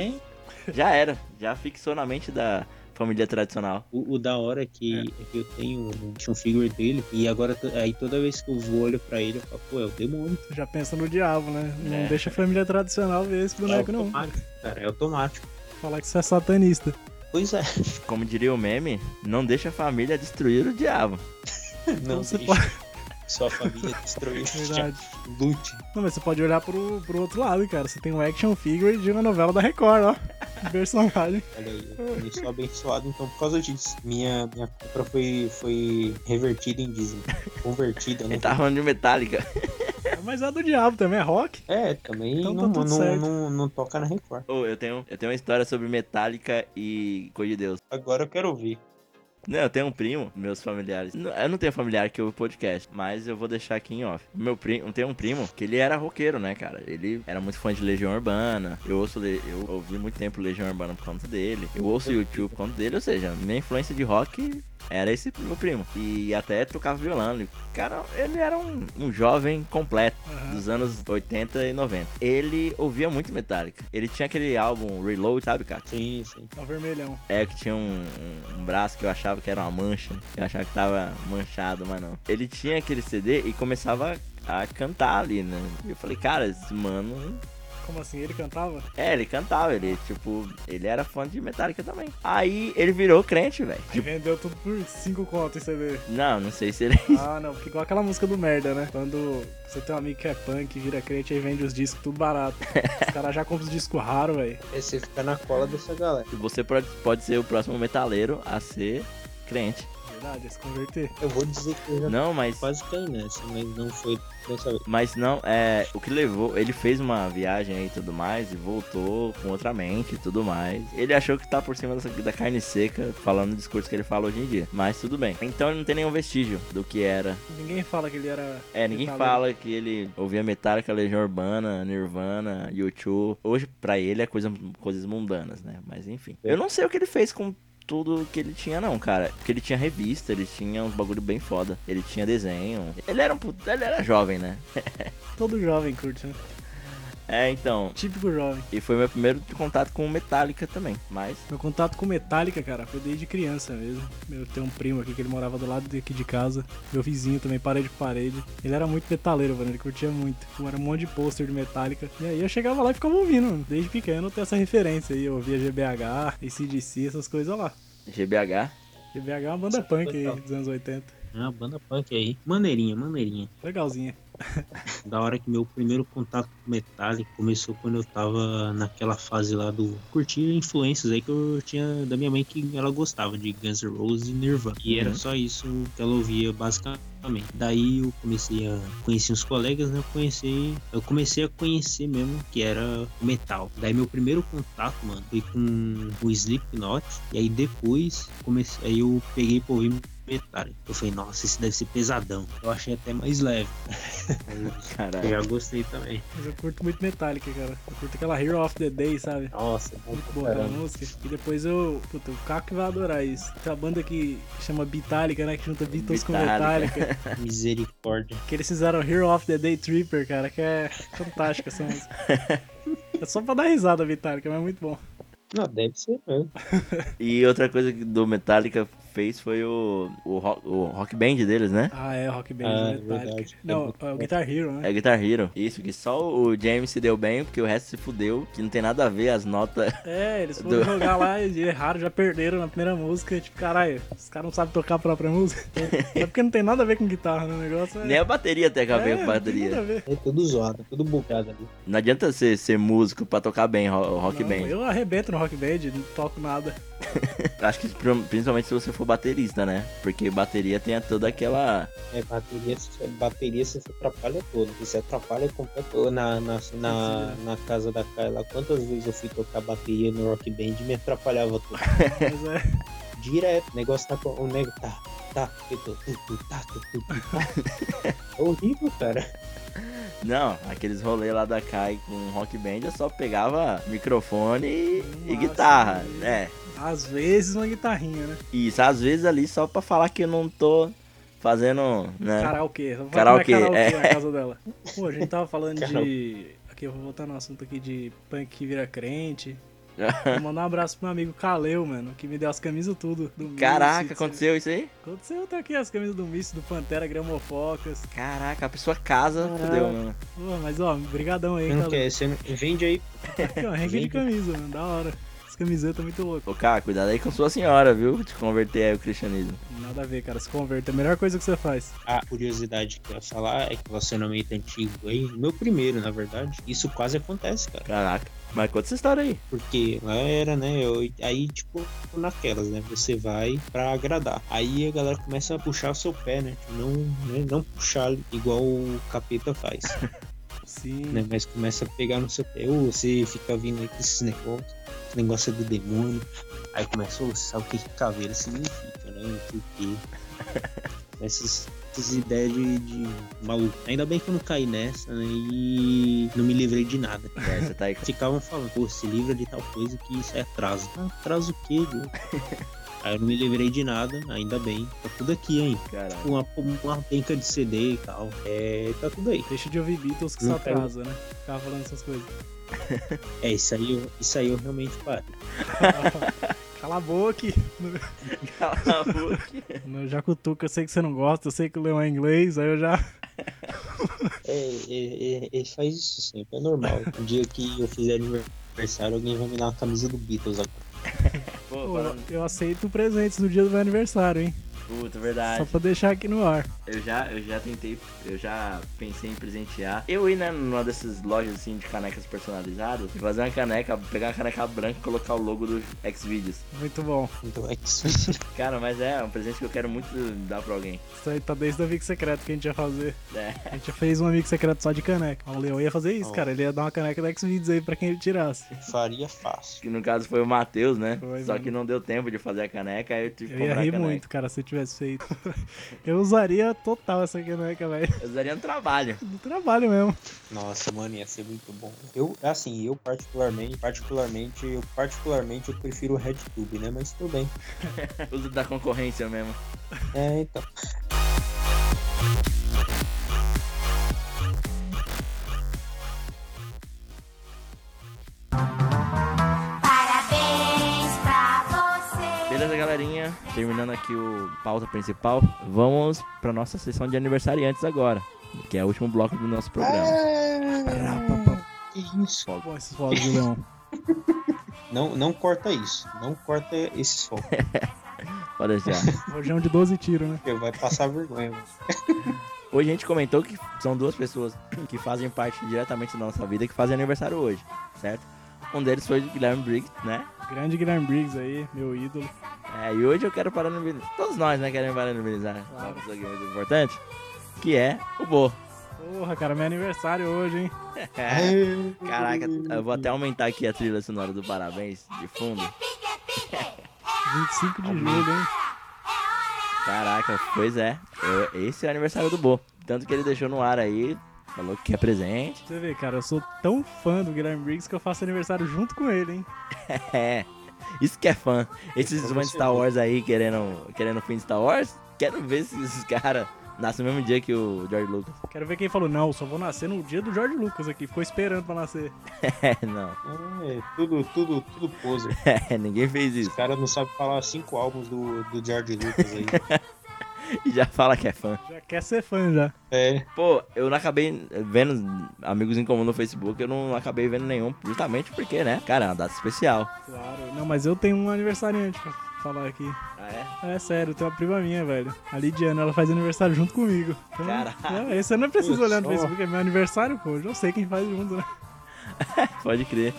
Speaker 1: Já era. Já fixou na mente da família tradicional.
Speaker 3: O, o da hora é que, é que eu tenho um action figure dele e agora to- aí toda vez que eu vou olho pra ele, eu falo, pô, é o demônio.
Speaker 2: Tu já pensa no diabo, né? Não
Speaker 1: É.
Speaker 2: deixa a família tradicional ver esse
Speaker 3: É
Speaker 2: boneco, não.
Speaker 3: automático, cara, é automático.
Speaker 2: Falar que você é satanista.
Speaker 3: Pois é,
Speaker 1: Como diria o meme, não deixa a família destruir o diabo.
Speaker 3: não
Speaker 2: você
Speaker 3: deixa
Speaker 2: pode-
Speaker 3: sua família destruir.
Speaker 2: Verdade.
Speaker 3: Lute.
Speaker 2: Não, mas você pode olhar pro, pro outro lado, cara. Você tem um action figure de uma novela da Record, ó. Personagem.
Speaker 3: Olha aí, eu sou abençoado então por causa disso. Minha, minha compra foi, foi revertida em dízimo. Convertida, né?
Speaker 1: Ele tá falando de Metallica.
Speaker 2: Mas é do diabo também, é rock.
Speaker 3: É, também
Speaker 2: Então tá
Speaker 3: não,
Speaker 2: tudo
Speaker 3: não-
Speaker 2: certo.
Speaker 3: não- não toca na Record.
Speaker 1: Ô, eu, tenho, eu tenho uma história sobre Metallica e Coisa de Deus.
Speaker 3: Agora eu quero ouvir.
Speaker 1: Não, eu tenho um primo, meus familiares. N- Eu não tenho familiar que ouve podcast, mas eu vou deixar aqui em off. Meu primo, tem um primo que ele era roqueiro, né, cara? Ele era muito fã de Legião Urbana. Eu ouço, Le- eu ouvi muito tempo Legião Urbana por conta dele. Eu ouço YouTube por conta dele, ou seja, minha influência de rock era esse meu primo. E até tocava violão. E, Cara, ele era um, um jovem completo dos anos 80 e 90. Ele ouvia muito Metallica. Ele tinha aquele álbum Reload, sabe, cara?
Speaker 3: Sim, sim.
Speaker 2: É o vermelhão.
Speaker 1: É, que tinha um, um- um braço que eu achava que era uma mancha. Eu achava que tava manchado, mas não. Ele tinha aquele CD e começava a cantar ali, né? E eu falei, cara, esse mano.
Speaker 2: Como assim? Ele cantava?
Speaker 1: É, ele cantava, ele, tipo, ele era fã de Metallica também. Aí ele virou crente, velho.
Speaker 2: Aí
Speaker 1: Tipo,
Speaker 2: vendeu tudo por 5 contas, você vê.
Speaker 1: não, não sei se ele.
Speaker 2: Ah, não, porque igual aquela música do merda, né? Quando você tem um amigo que é punk, vira crente, aí vende os discos tudo barato. Os caras já compram os discos raros, velho.
Speaker 3: É você ficar na cola dessa galera.
Speaker 1: Você pode, pode ser o próximo metaleiro a ser crente.
Speaker 2: Verdade, é se converter.
Speaker 3: Eu vou dizer que eu já
Speaker 1: Não, mas.
Speaker 3: quase caí nessa, mas não foi dessa vez.
Speaker 1: Mas não, é. O que levou. Ele fez uma viagem aí e tudo mais e voltou com outra mente e tudo mais. Ele achou que tá por cima dessa, da carne seca, falando o discurso que ele fala hoje em dia. Mas tudo bem. Então ele não tem nenhum vestígio do que era.
Speaker 2: Ninguém fala que ele tá era.
Speaker 1: É, ninguém
Speaker 2: metaleiro.
Speaker 1: fala que ele ouvia Metallica, Legião Urbana, Nirvana, YouTube. Hoje, pra ele, é coisa, coisas mundanas, né? Mas enfim. Eu não sei o que ele fez com tudo que ele tinha, não, cara. Porque ele tinha revista, ele tinha uns bagulho bem foda. Ele tinha desenho. Ele era um puto. Ele era jovem, né?
Speaker 2: Todo jovem curte, né?
Speaker 1: É, então.
Speaker 2: Típico jovem.
Speaker 1: E foi meu primeiro contato com o Metallica também. Mas
Speaker 2: Meu contato com Metallica, cara, foi desde criança mesmo. Eu tenho um primo aqui que ele morava do lado aqui de casa. Meu vizinho também, parede por parede. Ele era muito metaleiro, mano. Ele curtia muito. Tipo, Era um monte de pôster de Metallica. E aí eu chegava lá e ficava ouvindo, mano. Desde pequeno eu tenho essa referência aí. Eu ouvia GBH, ACDC, essas coisas lá.
Speaker 1: GBH,
Speaker 2: GBH é uma banda punk aí, dos anos 80.
Speaker 3: É uma banda punk aí. Maneirinha, maneirinha.
Speaker 2: Legalzinha.
Speaker 3: Da hora que meu primeiro contato com Metallica começou quando eu tava naquela fase lá do curtindo influências aí que eu tinha da minha mãe que ela gostava de Guns N' Roses e Nirvana. E era
Speaker 1: Uhum.
Speaker 3: só isso que ela ouvia basicamente. Daí eu comecei a conhecer uns colegas, né? Eu conheci, eu comecei a conhecer mesmo que era o metal. Daí meu primeiro contato, mano, foi com o Slipknot. E aí depois comecei, aí eu peguei pra ouvir Metallica. Eu falei, nossa, esse deve ser pesadão. Eu achei até mais leve. Eu
Speaker 1: Caralho.
Speaker 3: já gostei também.
Speaker 2: Mas eu curto muito Metallica, cara. Eu curto aquela Hero of the Day, sabe?
Speaker 3: Nossa, bom
Speaker 2: Muito
Speaker 3: pra
Speaker 2: boa aquela
Speaker 3: caramba.
Speaker 2: música. E depois eu. Puta, o Caco vai adorar isso. Tem uma banda que chama Bitálica, né? Que junta Beatles com
Speaker 1: Bitálica.
Speaker 2: Metallica.
Speaker 3: né? Misericórdia.
Speaker 2: que eles fizeram Hero of the Day Tripper, cara. Que é fantástica essa música. É só pra dar risada, Bitálica, mas é muito bom.
Speaker 3: Não, deve ser mesmo.
Speaker 1: E outra coisa que do Metallica fez foi o, o, rock, o rock band deles, né?
Speaker 2: Ah, é, Rock Band
Speaker 3: Ah, é
Speaker 2: Metallica.
Speaker 3: verdade.
Speaker 2: Não, é o Guitar Hero, né?
Speaker 1: É Guitar Hero. Isso, que só o James se deu bem, porque o resto se fudeu, que não tem nada a ver as notas.
Speaker 2: É, eles foram
Speaker 1: Do-
Speaker 2: jogar lá e erraram, já perderam na primeira música. Tipo, caralho, os caras não sabem tocar a própria música. É porque não tem nada a ver com guitarra no negócio. É...
Speaker 1: Nem a bateria tem a ver
Speaker 2: é,
Speaker 1: com a
Speaker 2: não tem nada a
Speaker 1: bateria.
Speaker 2: ver.
Speaker 3: É tudo zoado, tudo bugado ali.
Speaker 1: Não adianta você ser músico pra tocar bem ro- rock
Speaker 2: Não,
Speaker 1: band.
Speaker 2: Eu arrebento no Rock Band, não toco nada.
Speaker 1: Acho que prim- principalmente se você for baterista, né? Porque bateria tem toda aquela.
Speaker 3: É, bateria, se- bateria se atrapalha todo. Você atrapalha completo na, na, na, na casa da Kyla. Quantas vezes eu fui tocar bateria no rock band e me atrapalhava todo.
Speaker 2: Mas é.
Speaker 3: Direto. O negócio tá com o nego. Tá, tá, eu tô, tu, tu, tá, tu, tu, tu, tá. É horrível, cara.
Speaker 1: Não, aqueles rolês lá da Kai com um rock band eu só pegava microfone e, e
Speaker 2: Nossa,
Speaker 1: guitarra,
Speaker 2: meu.
Speaker 1: né?
Speaker 2: Às vezes uma guitarrinha, né?
Speaker 1: Isso, às vezes ali só pra falar que eu não tô fazendo, né?
Speaker 2: Karaokê. Vai
Speaker 1: Karaokê,
Speaker 2: tocar karaokê
Speaker 1: é.
Speaker 2: na casa dela. Pô, a gente tava falando de. Aqui, eu vou voltar no assunto aqui de punk que vira crente. Vou mandar um abraço pro meu amigo Kaleu, mano, que me deu as camisas tudo. Do
Speaker 1: Caraca,
Speaker 2: Misfits.
Speaker 1: aconteceu isso aí?
Speaker 2: Aconteceu, tá aqui as camisas do Mício, do Pantera, Gramofocas.
Speaker 1: Caraca, a pessoa casa,
Speaker 3: Caraca.
Speaker 1: fudeu, mano.
Speaker 2: Pô, mas ó, brigadão aí,
Speaker 3: Você não
Speaker 2: Kaleu. Tá
Speaker 3: quer, você não- vende aí.
Speaker 2: Aqui, ó, ranking de camisa, mano, da hora. As camisetas muito loucas.
Speaker 1: Ô, cara, cuidado aí com sua senhora, viu? Te converter aí ao cristianismo.
Speaker 2: Nada a ver, cara, se converte. É a melhor coisa que você faz.
Speaker 3: A curiosidade que eu ia falar é que relacionamento antigo aí, meu primeiro, na verdade, isso quase acontece, cara.
Speaker 1: Caraca. Mas conta essa história aí.
Speaker 3: Porque lá era, né? eu- aí, tipo, naquelas, né? Você vai pra agradar. Aí a galera começa a puxar o seu pé, né? Não, né, não puxar igual o capeta faz,
Speaker 2: Sim.
Speaker 3: né? Mas começa a pegar no seu pé. Ou você fica vindo aí com esses negócios. Esse negócio é do demônio. Aí começa, "Ô, você sabe o que que caveira significa, né? E Por quê? Essas, essas ideias de, de maluco. Ainda bem que eu não caí nessa, né? E não me livrei de nada
Speaker 1: É, você tá aí.
Speaker 3: ficavam falando, pô, se livra de tal coisa que isso é atraso. Ah, atraso o quê, Diogo? Aí eu não me livrei de nada, ainda bem. Tá tudo aqui, hein?
Speaker 1: Caraca.
Speaker 3: Uma, uma penca de CD e tal. É, tá tudo aí.
Speaker 2: Deixa de ouvir Beatles que só
Speaker 3: Não tá pega.
Speaker 2: atrasa, né? Ficava falando essas coisas.
Speaker 3: É, isso aí, eu- isso aí eu realmente parei.
Speaker 2: Cala a boca.
Speaker 1: Cala a boca.
Speaker 2: No Jacutuca, eu sei que você não gosta, eu sei que o Leão é inglês, aí eu já.
Speaker 3: É, é, é, ele faz isso sempre, é normal. O dia que eu fizer aniversário, alguém vai me dar uma camisa do Beatles agora.
Speaker 1: Pô,
Speaker 2: Pô,
Speaker 1: falando-
Speaker 2: eu aceito presentes no dia do meu aniversário, hein?
Speaker 1: Puta,
Speaker 2: Só
Speaker 1: verdade.
Speaker 2: pra deixar aqui no ar.
Speaker 1: Eu já, eu já tentei, eu já pensei em presentear. Eu ir né, numa dessas lojas assim de canecas personalizadas e fazer uma caneca, pegar uma caneca branca e colocar o logo do Xvideos.
Speaker 2: Muito bom.
Speaker 3: Então é que isso.
Speaker 1: Cara, mas é um presente que eu quero muito dar pra alguém.
Speaker 2: Isso aí tá desde o amigo secreto que a gente ia fazer.
Speaker 1: É.
Speaker 2: A gente já fez um amigo secreto só de caneca. O Leão ia fazer isso, cara. Ele ia dar uma caneca da Xvideos aí pra quem ele tirasse.
Speaker 3: Faria fácil.
Speaker 1: Que no caso foi o Matheus, né?
Speaker 2: Foi,
Speaker 1: Só
Speaker 2: mano.
Speaker 1: que não deu tempo de fazer a caneca, aí eu tive que
Speaker 2: Eu ia
Speaker 1: comprar a
Speaker 2: rir
Speaker 1: caneca.
Speaker 2: muito, cara, se eu tivesse feito. Eu usaria total essa caneca, velho.
Speaker 1: Eu usaria no trabalho.
Speaker 2: Do trabalho mesmo.
Speaker 3: Nossa, mano, ia ser muito bom. Eu, assim, eu particularmente, particularmente, eu particularmente eu prefiro o RedTube, né? Mas tudo bem.
Speaker 1: Uso da concorrência mesmo.
Speaker 3: É, então.
Speaker 4: Parabéns pra você.
Speaker 1: Beleza, galerinha? Terminando aqui o pauta principal, vamos pra nossa sessão de aniversariantes agora, que é o último bloco do nosso programa.
Speaker 3: Que É isso?
Speaker 2: Tá Bom, esses fogos do Leão.
Speaker 3: Não, não corta isso. Não corta esses fogos.
Speaker 1: Pode deixar.
Speaker 2: Rojão de 12 tiros, né?
Speaker 3: Porque vai passar vergonha, mano.
Speaker 1: Hoje a gente comentou que são duas pessoas que fazem parte diretamente da nossa vida que fazem aniversário hoje, certo? Um deles foi o Guilherme Briggs, né?
Speaker 2: Grande Guilherme Briggs aí, meu ídolo.
Speaker 1: É, e hoje eu quero parabenizar. Todos nós, né, queremos parabenizar uma pessoa que é muito importante, que é o Bo. É.
Speaker 2: Porra, cara, meu aniversário hoje, hein?
Speaker 1: Caraca, eu vou até aumentar aqui a trilha sonora do parabéns de fundo.
Speaker 2: 25 de julho, hein?
Speaker 1: Caraca, pois é. Eu- Esse é o aniversário do Bo. Tanto que ele deixou no ar aí, falou que quer presente.
Speaker 2: Você vê, cara, eu sou tão fã do Guilherme Briggs que eu faço aniversário junto com ele, hein?
Speaker 1: É, isso que é fã. Esses fãs de Star Wars aí querendo, querendo fim de Star Wars, quero ver se esses caras nascem no mesmo dia que o George Lucas.
Speaker 2: Quero ver quem falou, não, só vou nascer no dia do Jorge Lucas aqui. Ficou esperando pra nascer.
Speaker 1: É, não.
Speaker 3: É, tudo, tudo, tudo poser.
Speaker 1: É, ninguém fez
Speaker 3: Os
Speaker 1: isso.
Speaker 3: caras não sabem falar cinco álbuns do, do George Lucas aí.
Speaker 1: E já fala que é fã.
Speaker 2: Já quer ser fã, já.
Speaker 3: É,
Speaker 1: Pô, eu não acabei vendo amigos em comum no Facebook, eu não acabei vendo nenhum, justamente porque, né? Cara, é uma data especial.
Speaker 2: Claro. Não, mas eu tenho um aniversariante pra falar aqui.
Speaker 1: Ah, é?
Speaker 2: É sério, tem uma prima minha, velho. A Lidiana, ela faz aniversário junto comigo. Então,
Speaker 1: Caralho.
Speaker 2: é, Você não precisa
Speaker 3: Putz,
Speaker 2: olhar no
Speaker 3: ó.
Speaker 2: Facebook, é meu aniversário, pô. Eu já sei quem faz junto, né?
Speaker 1: Pode crer.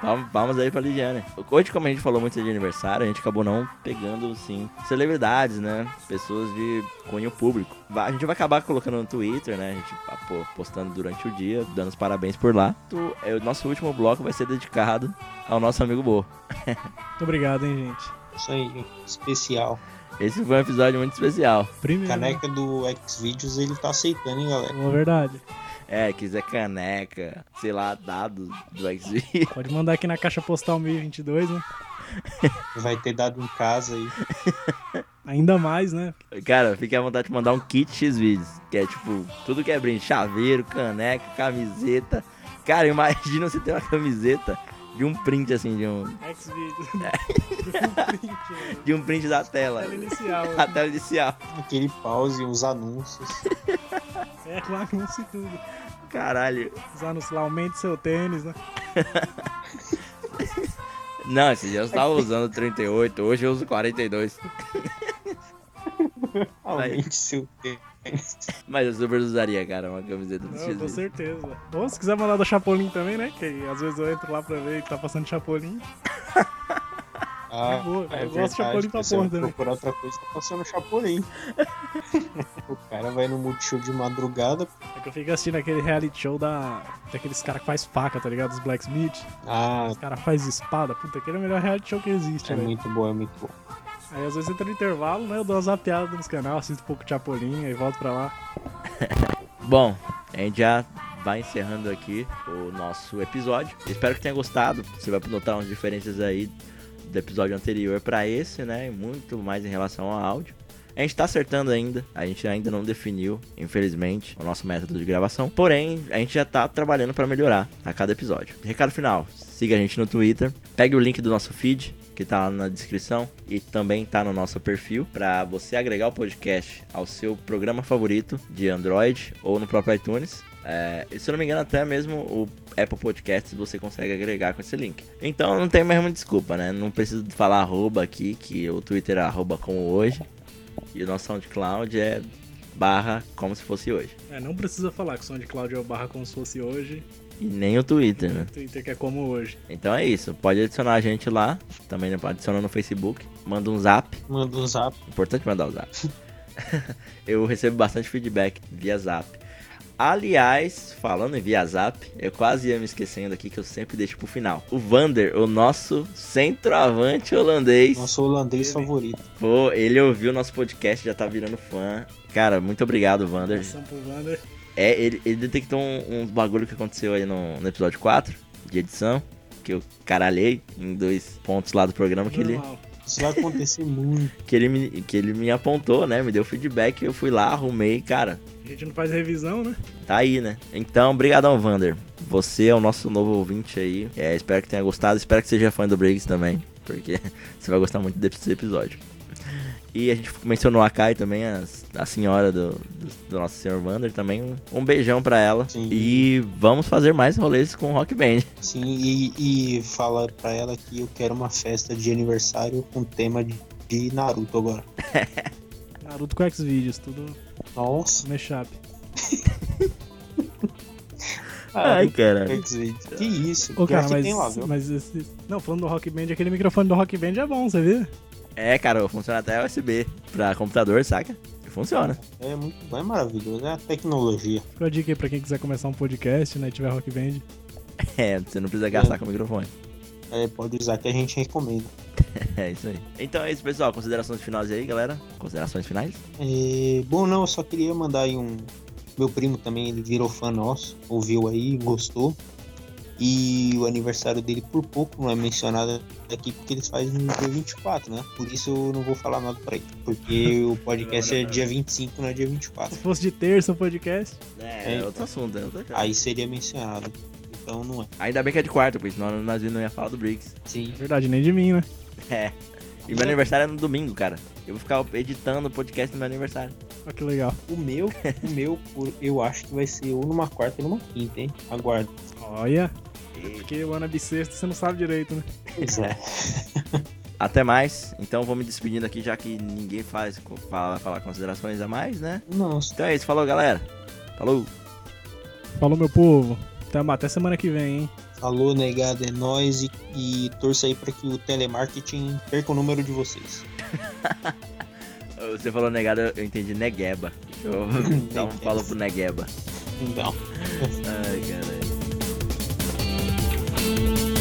Speaker 1: Palm- Palmas aí pra Lidiane. Hoje, como a gente falou muito de aniversário, a gente acabou não pegando, sim, celebridades, né? Pessoas de cunho público. Va- A gente vai acabar colocando no Twitter, né? A gente ah, pô, postando durante o dia, dando os parabéns por lá. Tu- é, O nosso último bloco vai ser dedicado ao nosso amigo Bo.
Speaker 2: Muito obrigado, hein, gente.
Speaker 3: isso aí, especial.
Speaker 1: Esse foi um episódio muito especial.
Speaker 2: Primeiro. né?
Speaker 3: Caneca do Xvideos ele tá aceitando, hein, galera.
Speaker 2: Boa verdade.
Speaker 1: É, quiser caneca, sei lá, dados do X.
Speaker 2: Pode mandar aqui na caixa postal 1022, né?
Speaker 3: Vai ter dado em casa aí.
Speaker 2: Ainda mais, né?
Speaker 1: Cara, fique à vontade de mandar um kit X-Vídeos, que é tipo, tudo que é brinde, chaveiro, caneca, camiseta. Cara, imagina você ter uma camiseta de um print, assim, de um,
Speaker 2: X-Videos. né?
Speaker 1: de um print da tela.
Speaker 2: Tela inicial.
Speaker 3: Ah.
Speaker 1: A tela inicial.
Speaker 3: Aquele pause, os anúncios.
Speaker 2: É, com anúncio e tudo.
Speaker 1: Caralho.
Speaker 2: Os anúncios lá, aumente seu tênis, né?
Speaker 1: Não, esse dia eu tava usando 38, hoje eu uso 42.
Speaker 3: Aumente seu tênis.
Speaker 1: Mas eu super usaria, cara, uma camiseta do
Speaker 2: Não, com
Speaker 1: X-Vídeos.
Speaker 2: certeza. Ou se quiser mandar da Chapolin também, né? Que às vezes eu entro lá pra ver que tá passando Chapolin.
Speaker 3: Ah,
Speaker 2: Boa,
Speaker 3: é
Speaker 2: eu gosto de
Speaker 3: verdade,
Speaker 2: Chapolin pra né?
Speaker 3: você
Speaker 2: porra
Speaker 3: vai
Speaker 2: também.
Speaker 3: procurar outra coisa, tá passando Chapolin. o cara vai no Multishow de madrugada.
Speaker 2: É que eu fico assistindo aquele reality show da... daqueles caras que faz faca, tá ligado? Os blacksmith.
Speaker 3: Ah,
Speaker 2: Os caras faz espada. Puta, aquele é o melhor reality show que existe,
Speaker 3: é
Speaker 2: velho.
Speaker 3: muito bom, é muito bom.
Speaker 2: Aí às vezes entra no intervalo, né? Eu dou umas zapiadas nos canal, assisto um pouco de Chapolin, aí volto pra lá.
Speaker 1: Bom, a gente já vai encerrando aqui o nosso episódio. Espero que tenha gostado. Você vai notar umas diferenças aí do episódio anterior pra esse, né? E muito mais em relação ao áudio. A gente tá acertando ainda, a gente ainda não definiu, infelizmente, o nosso método de gravação. Porém, a gente já tá trabalhando pra melhorar a cada episódio. Recado final: siga a gente no Twitter, pegue o link do nosso feed, que tá lá na descrição e também tá no nosso perfil, pra você agregar o podcast ao seu programa favorito de Android ou no próprio iTunes. É, e se eu não me engano, até mesmo o Apple Podcasts você consegue agregar com esse link. Então não tem mesmo desculpa, né? Não preciso falar arroba aqui, que o Twitter é arroba como hoje. E o nosso SoundCloud é barra como se fosse hoje.
Speaker 2: É, não precisa falar que o som de Cláudio é o barra como se fosse hoje.
Speaker 1: E nem o Twitter, né?
Speaker 2: Twitter que é como hoje.
Speaker 1: Então é isso. Pode adicionar a gente lá. Também né, pode adicionar no Facebook. Manda um zap.
Speaker 3: Manda um zap.
Speaker 1: Importante mandar o zap. eu recebo bastante feedback via zap. Aliás, falando em via zap, eu quase ia me esquecendo aqui que eu sempre deixo pro final. O Vander, o nosso centroavante holandês.
Speaker 3: Nosso holandês favorito.
Speaker 1: Pô, ele ouviu nosso podcast, já tá virando fã. Cara, muito obrigado, Vander.
Speaker 2: Ação pro Wander.
Speaker 1: É, ele, ele detectou um, um bagulho que aconteceu aí no, no episódio 4 de edição, que eu caralhei em dois pontos lá do programa que ele,
Speaker 2: Normal.
Speaker 3: Isso vai acontecer muito.
Speaker 1: que, ele me, que ele me apontou, né? Me deu feedback, eu fui lá, arrumei, cara,
Speaker 2: A gente não faz revisão, né?
Speaker 1: tá aí, né? Então, brigadão, Vander. Você é o nosso novo ouvinte aí. É, espero que tenha gostado, espero que seja fã do Briggs também, porque você vai gostar muito desse episódio. E a gente mencionou a Kai também, a, a senhora do, do, do nosso senhor Vander também. Um, um beijão pra ela.
Speaker 3: Sim.
Speaker 1: E vamos fazer mais rolês com Rock Band.
Speaker 3: Sim, e, e fala pra ela que eu quero uma festa de aniversário com tema de, de de Naruto agora.
Speaker 2: Naruto com X-Videos, tudo
Speaker 3: Nossa,
Speaker 2: mashup.
Speaker 1: Ai, caralho.
Speaker 3: X-Videos. Que isso?
Speaker 2: Ô,
Speaker 3: Pior
Speaker 2: cara,
Speaker 3: que
Speaker 2: mas,
Speaker 3: tem lá, viu?
Speaker 2: mas esse... Não, falando do Rock Band, aquele microfone do Rock Band é bom, você viu?
Speaker 1: É, cara, funciona até USB pra computador, saca? Funciona.
Speaker 3: É muito bom, é maravilhoso. É a tecnologia.
Speaker 2: Ficou a dica aí pra quem quiser começar um podcast, né, e tiver Rock Band.
Speaker 1: É, você não precisa gastar com o microfone.
Speaker 3: É, pode usar que a gente recomenda.
Speaker 1: É isso aí. Então é isso, pessoal. Considerações finais aí, galera. Considerações finais?
Speaker 3: É, bom, não, eu só queria mandar aí um. Meu primo também, ele virou fã nosso, ouviu aí, gostou. E o aniversário dele por pouco não é mencionado aqui porque eles fazem no dia 24, né? Por isso eu não vou falar nada pra ele. Porque o podcast é dia 25, não é dia 24.
Speaker 2: Se fosse de terça o podcast,
Speaker 1: É,
Speaker 3: É.
Speaker 1: outro assunto. É outra...
Speaker 3: Aí seria mencionado. Então não é.
Speaker 1: Ainda bem que é de quarta, porque senão nós não ia falar do Briggs.
Speaker 3: Sim.
Speaker 2: verdade, nem de mim, né?
Speaker 1: É. E meu aniversário é no domingo, cara. Eu vou ficar editando o podcast no meu aniversário.
Speaker 2: Olha que legal.
Speaker 3: O meu, o meu, por- eu acho que vai ser ou numa quarta ou numa quinta, hein? Aguardo.
Speaker 2: Olha,
Speaker 1: E
Speaker 2: porque o ano é bissexto, você não sabe direito, né?
Speaker 3: Pois é.
Speaker 1: Até mais. Então vou me despedindo aqui, já que ninguém faz fala, falar considerações a mais, né?
Speaker 3: Nossa.
Speaker 1: Então é isso. Falou, galera. Falou.
Speaker 2: Falou, meu povo. Até, até semana que vem, hein?
Speaker 3: Falou, negado, é nóis e, e torça aí pra que o telemarketing perca o número de vocês.
Speaker 1: Você falou negado, eu entendi negueba. Deixa eu dar um falo pro
Speaker 3: Um
Speaker 1: negueba.
Speaker 3: Então.
Speaker 1: Ai, caralho.